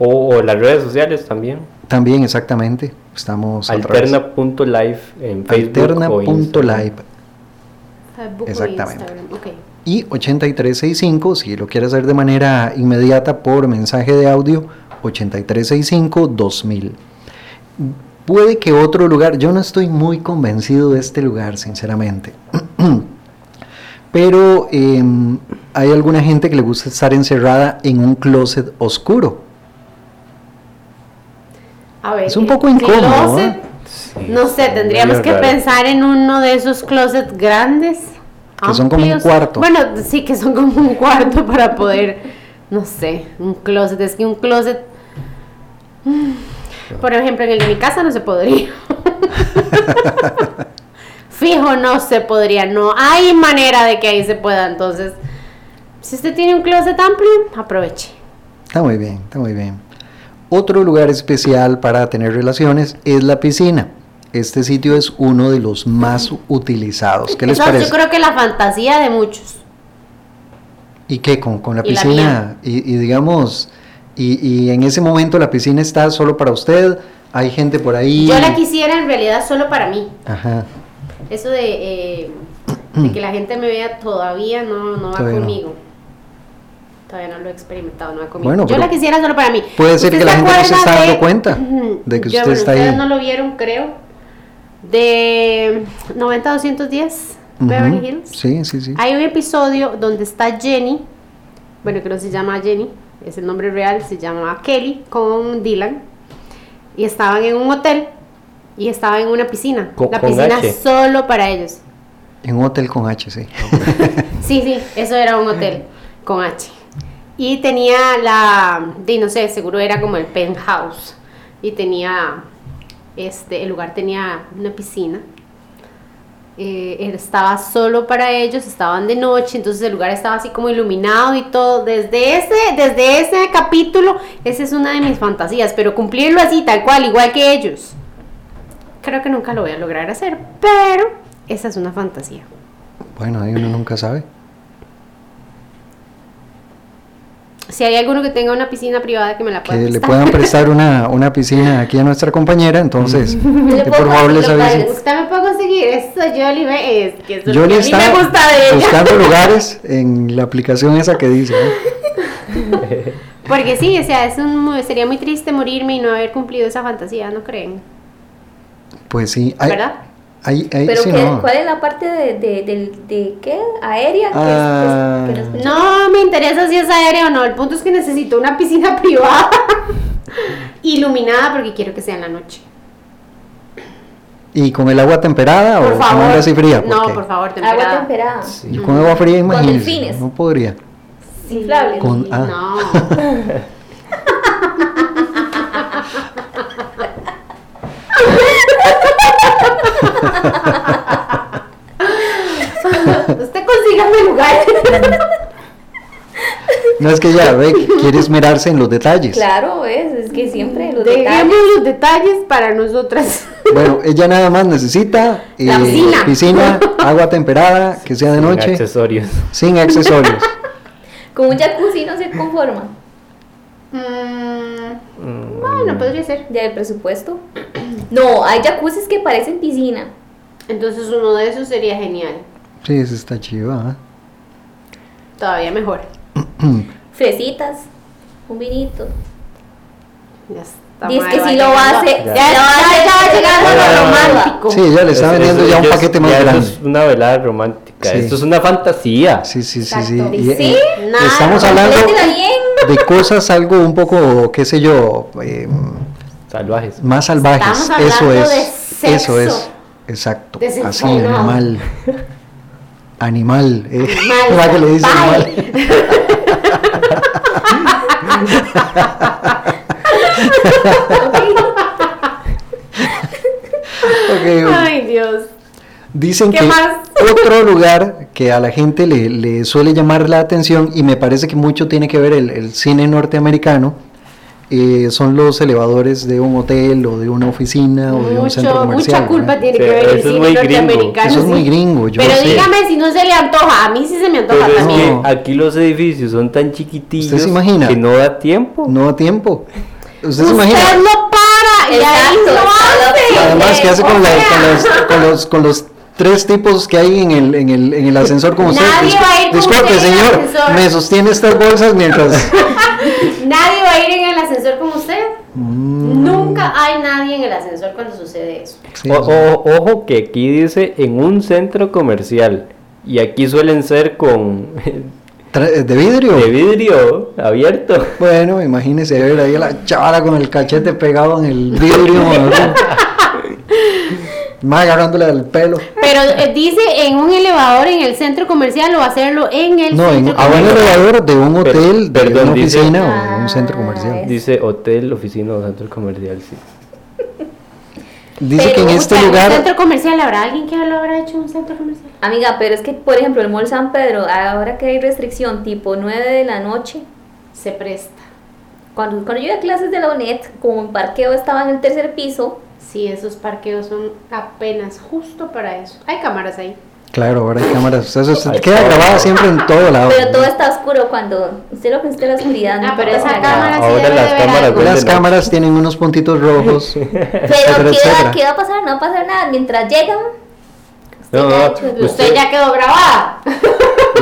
[SPEAKER 6] O, o las redes sociales también.
[SPEAKER 3] También, exactamente. Estamos a través-
[SPEAKER 6] Alterna.live en Facebook. o Instagram.
[SPEAKER 3] Alterna.live
[SPEAKER 4] Facebook o
[SPEAKER 3] Exactamente.
[SPEAKER 4] Instagram, ok.
[SPEAKER 3] y 8365, si lo quiere hacer de manera inmediata por mensaje de audio, 8365-2000. Puede que otro lugar, yo no estoy muy convencido de este lugar, sinceramente, pero eh, hay alguna gente que le gusta estar encerrada en un closet oscuro.
[SPEAKER 4] A ver,
[SPEAKER 3] Es un
[SPEAKER 4] eh,
[SPEAKER 3] poco incómodo,
[SPEAKER 4] closet,
[SPEAKER 3] ¿eh?
[SPEAKER 6] Sí,
[SPEAKER 4] No sé,
[SPEAKER 6] está
[SPEAKER 4] tendríamos
[SPEAKER 6] muy
[SPEAKER 4] que
[SPEAKER 6] raro.
[SPEAKER 4] pensar en uno de esos closets grandes.
[SPEAKER 3] Que son como un
[SPEAKER 4] amplios.
[SPEAKER 3] cuarto.
[SPEAKER 4] Bueno, sí, que son como un cuarto para poder, no sé, un closet. Es que un closet, mm, por ejemplo, en el de mi casa no se podría. Fijo, no se podría. No hay manera de que ahí se pueda. Entonces, si usted tiene un closet amplio, aproveche.
[SPEAKER 3] Está muy bien, está muy bien. Otro lugar especial para tener relaciones es la piscina. Este sitio es uno de los más utilizados. ¿Qué les
[SPEAKER 4] Esa
[SPEAKER 3] parece?
[SPEAKER 4] yo creo que la fantasía de muchos.
[SPEAKER 3] ¿Y qué? Con, con la
[SPEAKER 4] Y la
[SPEAKER 3] piscina. Y, y digamos, y, y en ese momento la piscina está solo para usted. Hay gente por ahí.
[SPEAKER 4] Yo la quisiera en realidad solo para mí.
[SPEAKER 3] Ajá.
[SPEAKER 4] Eso de, eh, de que la gente me vea todavía no, no va
[SPEAKER 3] Todavía no.
[SPEAKER 4] conmigo. Todavía no lo he experimentado, no va conmigo.
[SPEAKER 3] Bueno,
[SPEAKER 4] yo
[SPEAKER 3] pero
[SPEAKER 4] la quisiera solo para mí.
[SPEAKER 3] puede ser
[SPEAKER 4] ¿Usted
[SPEAKER 3] que la gente no se
[SPEAKER 4] acuerda
[SPEAKER 3] está dando cuenta de que
[SPEAKER 4] Yo-
[SPEAKER 3] usted
[SPEAKER 4] bueno,
[SPEAKER 3] está
[SPEAKER 4] ustedes
[SPEAKER 3] ahí.
[SPEAKER 4] no lo vieron, creo. De 90-210 Beverly
[SPEAKER 3] Ujú.
[SPEAKER 4] Hills.
[SPEAKER 3] Sí, sí, sí.
[SPEAKER 4] Hay un episodio donde está Jenny, bueno, que no se llama Jenny, es el nombre real, se llama Kelly con Dylan. Y estaban en un hotel y estaban en una piscina.
[SPEAKER 6] Con-
[SPEAKER 4] la
[SPEAKER 6] con
[SPEAKER 4] piscina
[SPEAKER 6] H.
[SPEAKER 4] solo para ellos.
[SPEAKER 3] En un hotel con H, sí.
[SPEAKER 4] Sí, sí, eso era un hotel con H. Y tenía la, de, no sé, seguro era como el penthouse. Y tenía, este, el lugar tenía una piscina. Eh, él estaba solo para ellos, estaban de noche, entonces el lugar estaba así como iluminado y todo. Desde ese, desde ese capítulo, esa es una de mis fantasías, pero cumplirlo así, tal cual, igual que ellos. Creo que nunca lo voy a lograr hacer, pero esa es una fantasía.
[SPEAKER 3] Bueno, ahí uno nunca sabe.
[SPEAKER 4] Si hay alguno que tenga una piscina privada que me la pueda
[SPEAKER 3] Que le
[SPEAKER 4] prestar.
[SPEAKER 3] puedan prestar una, una piscina aquí a nuestra compañera, entonces, que por
[SPEAKER 5] puedo
[SPEAKER 3] favor les
[SPEAKER 5] conseguir
[SPEAKER 3] avise.
[SPEAKER 5] lugares.
[SPEAKER 4] Usted me puede conseguir eso, Yoli, ve, es que eso es
[SPEAKER 3] Yo
[SPEAKER 4] lo que
[SPEAKER 3] le
[SPEAKER 4] a mí
[SPEAKER 3] estaba
[SPEAKER 4] me gusta de ella.
[SPEAKER 3] buscando lugares en la aplicación esa que dice. ¿eh?
[SPEAKER 4] Porque sí, o sea, es un, mu- sería muy triste morirme y no haber cumplido esa fantasía, ¿no creen?
[SPEAKER 3] Pues sí. Hay,
[SPEAKER 4] ¿Verdad?
[SPEAKER 3] hay- hay-
[SPEAKER 5] Pero
[SPEAKER 3] sí,
[SPEAKER 5] ¿qué-
[SPEAKER 3] no.
[SPEAKER 5] ¿cuál es la parte de, de, del- de qué? ¿Aérea? que es-
[SPEAKER 3] Ah.
[SPEAKER 5] que es- que es-
[SPEAKER 4] No me interesa si es aéreo o no, el punto es que necesito una piscina privada iluminada porque quiero que sea en la noche.
[SPEAKER 3] ¿Y con el agua temperada Ah,
[SPEAKER 4] Por
[SPEAKER 3] o con
[SPEAKER 4] favor.
[SPEAKER 3] agua así fría?
[SPEAKER 4] No,
[SPEAKER 3] Porque
[SPEAKER 4] por favor, temperada.
[SPEAKER 5] Agua temperada.
[SPEAKER 3] Yo con agua fría, imagínese.
[SPEAKER 5] delfines.
[SPEAKER 3] No podría.
[SPEAKER 4] Sí,
[SPEAKER 5] Inflable.
[SPEAKER 3] Con- ah.
[SPEAKER 4] No. Usted consígame lugar.
[SPEAKER 3] No es que ya, ve, quiere esmerarse en los detalles.
[SPEAKER 5] Claro, es, es que siempre los
[SPEAKER 4] Dejemos
[SPEAKER 5] detalles.
[SPEAKER 4] los detalles para nosotras.
[SPEAKER 3] Bueno, ella nada más necesita eh,
[SPEAKER 4] La piscina.
[SPEAKER 3] piscina, agua temperada, que sea de
[SPEAKER 6] Sin
[SPEAKER 3] noche,
[SPEAKER 6] Accesorios.
[SPEAKER 3] sin accesorios.
[SPEAKER 5] Con un jacuzzi no se conforma.
[SPEAKER 4] Mm, bueno, podría ser.
[SPEAKER 5] Ya el presupuesto. No, hay jacuzzis que parecen piscina.
[SPEAKER 4] Entonces uno de esos sería genial.
[SPEAKER 3] Sí, eso está ah. chiva.
[SPEAKER 4] Todavía mejor.
[SPEAKER 3] ¿eh?
[SPEAKER 5] Fresitas, un vinito.
[SPEAKER 4] Ya está,
[SPEAKER 5] Dice
[SPEAKER 4] madre,
[SPEAKER 5] que
[SPEAKER 4] va
[SPEAKER 5] si lo
[SPEAKER 4] llegando.
[SPEAKER 5] hace,
[SPEAKER 4] Ya,
[SPEAKER 5] ya lo hace,
[SPEAKER 4] ya va llegando lo
[SPEAKER 6] Ya.
[SPEAKER 4] romántico.
[SPEAKER 3] Sí, ella le está
[SPEAKER 6] Eso-
[SPEAKER 3] vendiendo
[SPEAKER 6] eso-
[SPEAKER 3] ya un
[SPEAKER 6] ya es-
[SPEAKER 3] paquete más
[SPEAKER 6] ya
[SPEAKER 3] grande.
[SPEAKER 6] Esto es una velada romántica.
[SPEAKER 3] Sí.
[SPEAKER 6] Esto es una fantasía.
[SPEAKER 3] Sí, sí, sí, sí.
[SPEAKER 4] Exacto.
[SPEAKER 3] Y,
[SPEAKER 5] ¿Sí?
[SPEAKER 3] eh,
[SPEAKER 4] Nada,
[SPEAKER 3] estamos hablando
[SPEAKER 5] Complétela bien.
[SPEAKER 3] de cosas algo un poco, qué sé yo, eh,
[SPEAKER 6] Salvajes.
[SPEAKER 3] más salvajes.
[SPEAKER 4] Estamos hablando
[SPEAKER 3] Eso es.
[SPEAKER 4] de
[SPEAKER 3] Eso es.
[SPEAKER 4] sexo.
[SPEAKER 3] Exacto. Así,
[SPEAKER 4] Desenfrenado.
[SPEAKER 3] animal. Animal. eh.
[SPEAKER 4] Mal.
[SPEAKER 3] ¿Verdad que le dice
[SPEAKER 4] Bye.
[SPEAKER 3] animal? Ok, ok.
[SPEAKER 4] Ay, Dios.
[SPEAKER 3] Dicen
[SPEAKER 4] ¿Qué
[SPEAKER 3] que
[SPEAKER 4] más?
[SPEAKER 3] otro lugar que a la gente le, le suele llamar la atención y me parece que mucho tiene que ver el, el cine norteamericano eh, son los elevadores de un hotel o de una oficina o de un centro
[SPEAKER 4] Mucho,
[SPEAKER 3] comercial.
[SPEAKER 4] mucha culpa
[SPEAKER 3] ¿verdad?
[SPEAKER 4] tiene
[SPEAKER 6] Sí,
[SPEAKER 4] que ver
[SPEAKER 6] eso
[SPEAKER 4] el
[SPEAKER 6] es
[SPEAKER 4] cine
[SPEAKER 6] muy gringo.
[SPEAKER 4] norteamericano.
[SPEAKER 3] Eso es muy
[SPEAKER 4] sí.
[SPEAKER 3] gringo, yo
[SPEAKER 4] Pero
[SPEAKER 3] sé.
[SPEAKER 4] dígame si no se le antoja. A mí sí se me antoja
[SPEAKER 6] Pero es
[SPEAKER 4] también.
[SPEAKER 6] que
[SPEAKER 3] No.
[SPEAKER 6] aquí los edificios son tan chiquitillos
[SPEAKER 3] ¿Usted se imagina?
[SPEAKER 6] que no da tiempo.
[SPEAKER 3] No da tiempo. Usted se imagina.
[SPEAKER 4] Usted no para y ahí
[SPEAKER 5] Exacto,
[SPEAKER 4] lo hace.
[SPEAKER 5] está
[SPEAKER 3] Además, ¿qué hace
[SPEAKER 4] o
[SPEAKER 3] con, la-
[SPEAKER 4] sea,
[SPEAKER 3] con los, con los- con los tres tipos que hay en el, en el, en el ascensor como usted?
[SPEAKER 4] Nadie va a ir con
[SPEAKER 3] disculpe,
[SPEAKER 4] usted en el
[SPEAKER 3] señor,
[SPEAKER 4] ascensor.
[SPEAKER 3] me sostiene estas bolsas mientras...
[SPEAKER 4] Nadie va a ir en el ascensor como usted.
[SPEAKER 3] Mm.
[SPEAKER 4] Nunca hay nadie en el ascensor cuando sucede eso.
[SPEAKER 3] Sí,
[SPEAKER 6] O- o- ojo que aquí dice en un centro comercial. Y aquí suelen ser con
[SPEAKER 3] tra- eh, ¿De vidrio?
[SPEAKER 6] de vidrio abierto.
[SPEAKER 3] Bueno, imagínese ver ahí a la chavala con el cachete pegado en el vidrio. ¿no? Más agarrándole del pelo.
[SPEAKER 4] Pero eh, dice en un elevador en el centro comercial o hacerlo en el
[SPEAKER 3] No, en,
[SPEAKER 4] centro
[SPEAKER 3] a un
[SPEAKER 4] comercial. Ah.
[SPEAKER 3] elevador de un
[SPEAKER 6] Per-
[SPEAKER 3] hotel, de
[SPEAKER 6] perdón,
[SPEAKER 3] una
[SPEAKER 6] dice-
[SPEAKER 3] oficina o de un centro comercial.
[SPEAKER 6] Dice hotel, oficina o centro comercial. Sí.
[SPEAKER 3] Dice
[SPEAKER 4] Pero,
[SPEAKER 3] que en
[SPEAKER 4] o
[SPEAKER 3] este
[SPEAKER 4] sea, ¿En un
[SPEAKER 3] lugar
[SPEAKER 4] centro comercial habrá alguien que lo habrá hecho en un centro comercial?
[SPEAKER 5] Amiga, pero es que, por ejemplo, el Mall San Pedro, ahora que hay restricción tipo 9 de la noche,
[SPEAKER 4] Se presta.
[SPEAKER 5] cuando, cuando yo iba a clases de la UNED, como en parqueo estaba en el tercer piso,
[SPEAKER 4] Sí, esos parqueos son apenas justo para eso. Hay cámaras ahí.
[SPEAKER 3] Claro, ahora hay cámaras. O sea, eso se
[SPEAKER 6] Ay,
[SPEAKER 3] queda
[SPEAKER 6] todo.
[SPEAKER 3] grabada siempre en todo lado.
[SPEAKER 5] pero todo está oscuro cuando usted lo que usted la oscuridad.
[SPEAKER 4] Ah,
[SPEAKER 5] no
[SPEAKER 4] pero
[SPEAKER 5] pasa
[SPEAKER 4] esa
[SPEAKER 5] nada.
[SPEAKER 4] cámara sí
[SPEAKER 6] Ahora
[SPEAKER 4] debe
[SPEAKER 6] las
[SPEAKER 4] de ver
[SPEAKER 6] cámaras
[SPEAKER 4] algo.
[SPEAKER 6] vuelven
[SPEAKER 3] Las
[SPEAKER 6] de noche.
[SPEAKER 3] cámaras tienen unos puntitos rojos. etcétera,
[SPEAKER 5] Pero ¿qué va,
[SPEAKER 3] etcétera.
[SPEAKER 5] ¿qué va a pasar? No va a pasar nada. Mientras llegan, usted
[SPEAKER 6] No,
[SPEAKER 5] ya
[SPEAKER 6] no,
[SPEAKER 5] hecho-
[SPEAKER 4] Usted, ya quedó grabada.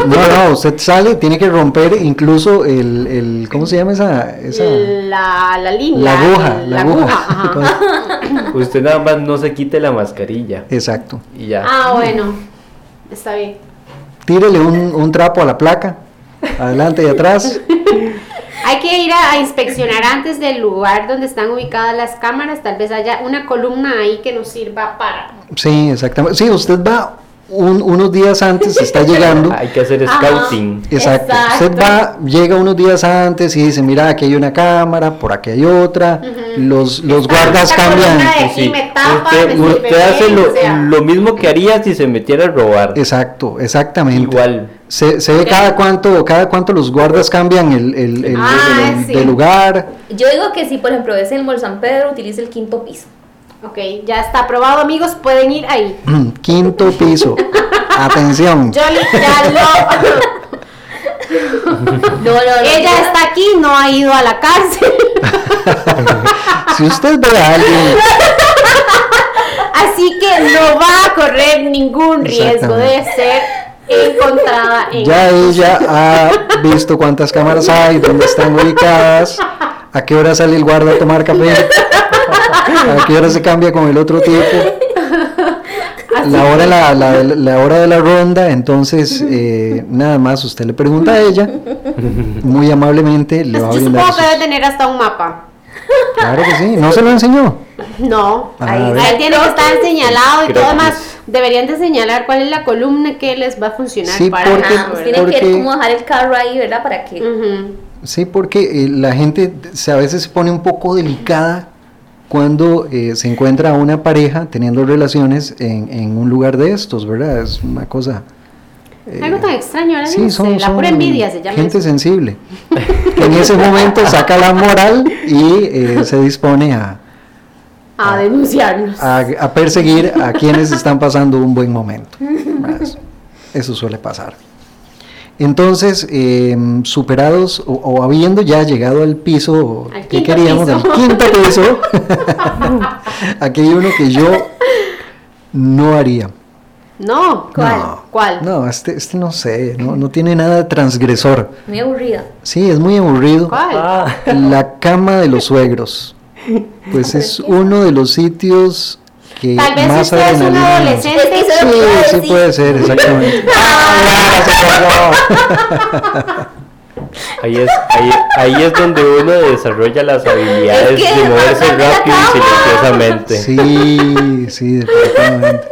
[SPEAKER 3] No, no, usted sale, tiene que romper incluso el, el ¿cómo se llama esa? esa
[SPEAKER 4] La, la línea.
[SPEAKER 3] la aguja,
[SPEAKER 4] el-
[SPEAKER 3] la aguja.
[SPEAKER 4] ajá.
[SPEAKER 6] Usted nada más no se quite la mascarilla.
[SPEAKER 3] Exacto.
[SPEAKER 6] Y ya.
[SPEAKER 4] Ah, bueno. Está bien.
[SPEAKER 3] Tírele un, un trapo a la placa, adelante y atrás.
[SPEAKER 4] Hay que ir a, a inspeccionar antes del lugar donde están ubicadas las cámaras. Tal vez haya una columna ahí que nos sirva para.
[SPEAKER 3] Sí, exactamente. Sí, usted va un- unos días antes, está llegando.
[SPEAKER 6] Hay que hacer
[SPEAKER 4] Ajá.
[SPEAKER 6] scouting.
[SPEAKER 3] Exacto.
[SPEAKER 4] Exacto.
[SPEAKER 3] Usted va, llega unos días antes y dice, mira, aquí hay una cámara, por aquí hay otra. Los, los guardas
[SPEAKER 4] Esta columna
[SPEAKER 3] cambian.
[SPEAKER 4] de aquí me tapa, me
[SPEAKER 6] usted
[SPEAKER 4] sirve
[SPEAKER 6] usted hace
[SPEAKER 4] bien,
[SPEAKER 6] lo,
[SPEAKER 4] o sea.
[SPEAKER 6] lo mismo que haría si se metiera a robar.
[SPEAKER 3] Exacto, exactamente.
[SPEAKER 6] Igual.
[SPEAKER 3] Se, se ve cada cuánto, cada cuánto los guardas cambian el, el- el-
[SPEAKER 4] Ah,
[SPEAKER 3] el-
[SPEAKER 4] sí.
[SPEAKER 3] de lugar.
[SPEAKER 5] Yo digo que si, por ejemplo, es el Mall San Pedro, utilice el quinto piso.
[SPEAKER 4] Ok, ya está aprobado, amigos. Pueden ir ahí.
[SPEAKER 3] Quinto piso. Atención.
[SPEAKER 4] Jolly ya lo.
[SPEAKER 5] No, no, no.
[SPEAKER 4] Ella
[SPEAKER 5] yo-
[SPEAKER 4] está aquí, no ha ido a la cárcel.
[SPEAKER 3] Si usted ve a alguien,
[SPEAKER 4] Así que no va a correr ningún riesgo de ser encontrada en
[SPEAKER 3] ya ella ha visto cuántas cámaras hay, dónde están ubicadas, a qué hora sale el guarda a tomar café, a qué hora se cambia con el otro tipo. La hora, la, la- la hora de la ronda, entonces eh, nada más usted le pregunta a ella, muy amablemente le va a
[SPEAKER 4] Yo
[SPEAKER 3] brindar.
[SPEAKER 4] supongo que debe
[SPEAKER 3] sus-
[SPEAKER 4] tener hasta un mapa.
[SPEAKER 3] Claro que sí, no se lo enseñó.
[SPEAKER 4] No,
[SPEAKER 3] Ah,
[SPEAKER 4] ahí,
[SPEAKER 3] a ver.
[SPEAKER 4] ahí tiene que estar señalado y
[SPEAKER 6] Creo
[SPEAKER 4] todo
[SPEAKER 6] que
[SPEAKER 4] más.
[SPEAKER 6] es.
[SPEAKER 4] Deberían de señalar cuál es la columna que les va a funcionar
[SPEAKER 3] Sí,
[SPEAKER 4] para
[SPEAKER 3] porque-
[SPEAKER 4] eso,
[SPEAKER 5] Ajá,
[SPEAKER 4] ¿verdad?
[SPEAKER 5] pues tienen que
[SPEAKER 3] porque-
[SPEAKER 5] ver cómo dejar el carro ahí, ¿verdad? Para que
[SPEAKER 4] Ujú.
[SPEAKER 3] Sí, porque eh, la gente se, a veces se pone un poco delicada cuando eh, se encuentra a una pareja teniendo relaciones en, en un lugar de estos, ¿verdad? Es una cosa... eh,
[SPEAKER 4] Algo tan extraño, ahora
[SPEAKER 3] sí,
[SPEAKER 4] no
[SPEAKER 3] son,
[SPEAKER 4] sé, la
[SPEAKER 3] son
[SPEAKER 4] pura envidia se llama.
[SPEAKER 3] gente
[SPEAKER 4] eso.
[SPEAKER 3] sensible. que en ese momento saca la moral y eh, se dispone a,
[SPEAKER 4] A denunciarnos.
[SPEAKER 3] a- a perseguir a quienes están pasando un buen momento. Más. Eso suele pasar. Entonces, eh, superados o, o habiendo ya llegado al piso
[SPEAKER 4] Al
[SPEAKER 3] que
[SPEAKER 4] quinto
[SPEAKER 3] queríamos,
[SPEAKER 4] piso.
[SPEAKER 3] al quinto piso, aquí hay uno que yo no haría.
[SPEAKER 4] No, ¿cuál?
[SPEAKER 3] No,
[SPEAKER 4] ¿Cuál?
[SPEAKER 3] No, este, este no sé, no, no tiene nada de transgresor.
[SPEAKER 5] muy aburrida.
[SPEAKER 3] Sí, es muy aburrido.
[SPEAKER 4] ¿Cuál?
[SPEAKER 6] Ah,
[SPEAKER 3] La cama de los suegros. Pues es uno de los sitios que
[SPEAKER 4] Tal vez
[SPEAKER 3] más
[SPEAKER 4] usted es un
[SPEAKER 3] adrenalina nos-
[SPEAKER 4] adolescente.
[SPEAKER 5] Eso
[SPEAKER 3] Sí,
[SPEAKER 5] lo puedo
[SPEAKER 3] sí
[SPEAKER 5] decir.
[SPEAKER 3] puede ser, exactamente.
[SPEAKER 6] ahí, es, ahí, ahí es donde uno desarrolla las habilidades
[SPEAKER 5] Es que
[SPEAKER 6] de moverse
[SPEAKER 5] después de la
[SPEAKER 6] rápido y
[SPEAKER 5] cama.
[SPEAKER 6] silenciosamente.
[SPEAKER 3] Sí, sí, definitivamente.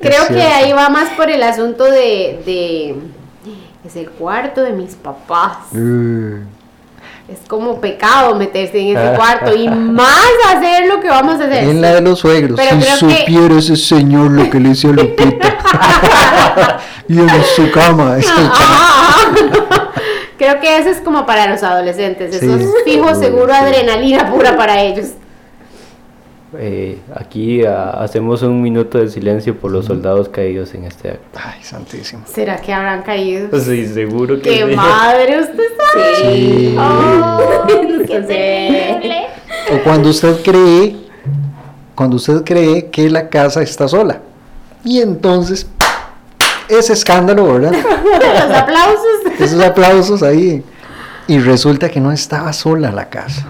[SPEAKER 4] Creo
[SPEAKER 3] Es
[SPEAKER 4] que
[SPEAKER 3] cierto.
[SPEAKER 4] ahí va más por el asunto de, de- Es el cuarto de mis papás. Pues
[SPEAKER 3] Uh,
[SPEAKER 4] Es como pecado meterse en ese cuarto y más hacer lo que vamos a hacer.
[SPEAKER 3] Ah. En la de los suegros.
[SPEAKER 4] Pero
[SPEAKER 3] si
[SPEAKER 4] creo que-
[SPEAKER 3] supiera ese señor lo que le hizo a Lupita. y en su cama. es el chamo.
[SPEAKER 4] Ah, Creo que eso es como para los adolescentes. Eso
[SPEAKER 3] Sí.
[SPEAKER 4] es fijo, seguro, adrenalina pura para ellos.
[SPEAKER 6] eh, aquí ah, hacemos un minuto de silencio por los soldados caídos en este acto.
[SPEAKER 3] Ay, santísimo.
[SPEAKER 4] ¿Será que habrán caído?
[SPEAKER 3] Pues
[SPEAKER 6] Sí, seguro que
[SPEAKER 4] ¡Qué
[SPEAKER 6] sí.
[SPEAKER 4] madre usted sabe!
[SPEAKER 3] Sí.
[SPEAKER 4] Oh,
[SPEAKER 5] ¡Qué
[SPEAKER 4] sí.
[SPEAKER 5] terrible!
[SPEAKER 3] O cuando usted cree, cuando usted cree que la casa está sola. Y entonces, ese escándalo, ¿verdad?
[SPEAKER 4] Los aplausos.
[SPEAKER 3] Esos aplausos ahí. Y resulta que no estaba sola la casa.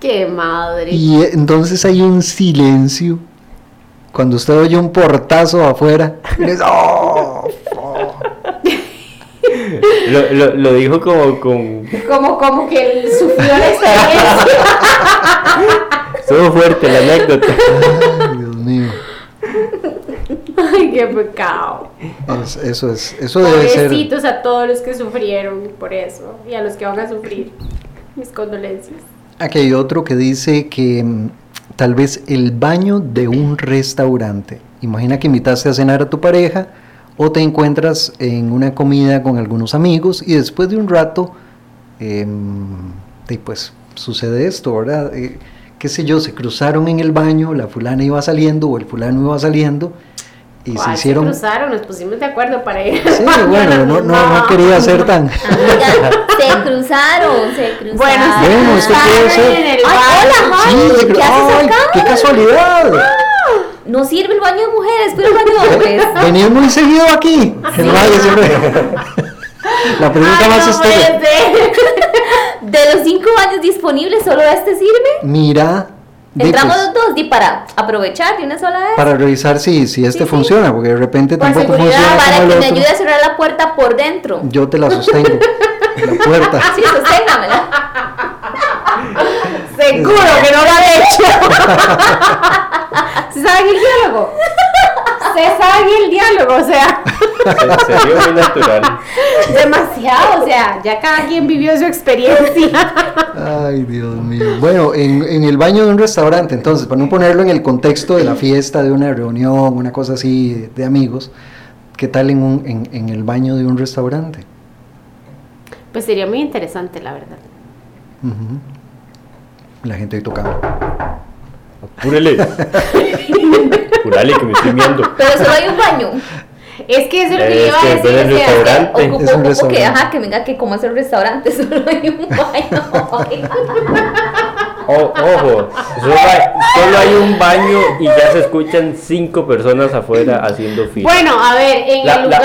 [SPEAKER 4] ¡Qué madre!
[SPEAKER 3] Y entonces hay un silencio. Cuando usted oye un portazo afuera, y dice, "Oh, fuck".
[SPEAKER 6] Lo, lo- lo dijo como con...
[SPEAKER 4] Como, como que él sufrió la experiencia.
[SPEAKER 6] Estuvo fuerte la anécdota.
[SPEAKER 3] Ay, Dios mío.
[SPEAKER 4] ¡Ay, qué pecado!
[SPEAKER 3] Es- eso es, eso debe ser.
[SPEAKER 4] Pobrecitos a todos los que sufrieron por eso y a los que van a sufrir. Mis condolencias.
[SPEAKER 3] Aquí hay otro que dice que mm, tal vez el baño de un restaurante. Imagina que invitaste a cenar a tu pareja o te encuentras en una comida con algunos amigos y después de un rato, em, y pues sucede esto, ¿verdad? Eh, qué sé yo, se cruzaron en el baño, la fulana iba saliendo o el fulano iba saliendo y se
[SPEAKER 4] ¿Cuál
[SPEAKER 3] hicieron...
[SPEAKER 4] cruzaron, nos pusimos de acuerdo para ir.
[SPEAKER 3] Sí, bueno, no, no, no quería ser tan...
[SPEAKER 5] Amiga, se cruzaron, se cruzaron.
[SPEAKER 4] Bueno, sí.
[SPEAKER 3] Bueno, esto puede ser.
[SPEAKER 4] en el
[SPEAKER 5] Ay,
[SPEAKER 4] bar.
[SPEAKER 5] hola, Juan.
[SPEAKER 3] Sí, se cru-
[SPEAKER 5] ¿Qué haces
[SPEAKER 3] ¡Ay,
[SPEAKER 5] acá?
[SPEAKER 3] qué casualidad!
[SPEAKER 5] No sirve el baño de mujeres, pero el baño de hombres.
[SPEAKER 3] Venís muy seguido aquí.
[SPEAKER 5] Ah,
[SPEAKER 3] El radio siempre. La pregunta
[SPEAKER 4] Ay,
[SPEAKER 3] más
[SPEAKER 4] no puede
[SPEAKER 3] estúpida.
[SPEAKER 5] pues,
[SPEAKER 4] ser.
[SPEAKER 5] De los cinco baños disponibles, solo este sirve.
[SPEAKER 3] Mira, di,
[SPEAKER 5] Entramos
[SPEAKER 3] pues,
[SPEAKER 5] los dos y para aprovechar de una sola vez.
[SPEAKER 3] para revisar si, si este
[SPEAKER 5] Sí, sí.
[SPEAKER 3] funciona, porque de repente
[SPEAKER 4] Por
[SPEAKER 3] tampoco
[SPEAKER 4] seguridad,
[SPEAKER 3] funciona
[SPEAKER 5] para
[SPEAKER 3] como
[SPEAKER 5] que
[SPEAKER 3] el
[SPEAKER 5] me ayude
[SPEAKER 3] otro.
[SPEAKER 5] a cerrar la puerta por dentro. Ah,
[SPEAKER 3] Yo te la sostengo. La puerta.
[SPEAKER 5] Sí, sosténgamela.
[SPEAKER 4] Seguro que no lo han hecho. ¿Se sabe el diálogo? Se sabe el diálogo, o sea,
[SPEAKER 6] Se, se dio muy natural.
[SPEAKER 4] demasiado, o sea, ya cada quien vivió su experiencia.
[SPEAKER 3] Ay, Dios mío. Bueno, en, en el baño de un restaurante, entonces, para no ponerlo en el contexto de la fiesta, de una reunión, una cosa así de, de amigos, ¿qué tal en, un, en, en el baño de un restaurante?
[SPEAKER 4] Pues sería muy interesante, la verdad.
[SPEAKER 3] Ujú. La gente ahí tocando.
[SPEAKER 6] Apúrele. Apúrale que me estoy viendo.
[SPEAKER 5] Pero solo hay un baño.
[SPEAKER 4] Es que eso es lo que
[SPEAKER 6] Es
[SPEAKER 4] yo iba a
[SPEAKER 6] que
[SPEAKER 4] decir.
[SPEAKER 6] ver el
[SPEAKER 4] o sea,
[SPEAKER 6] restaurante.
[SPEAKER 5] O como-
[SPEAKER 3] Es un
[SPEAKER 5] como que,
[SPEAKER 3] restaurante.
[SPEAKER 5] ajá, que venga que como es el restaurante, solo hay un baño.
[SPEAKER 6] O- ojo, solo hay, solo hay un baño y ya se escuchan cinco personas afuera haciendo fila.
[SPEAKER 4] Bueno, a ver, en el lugar.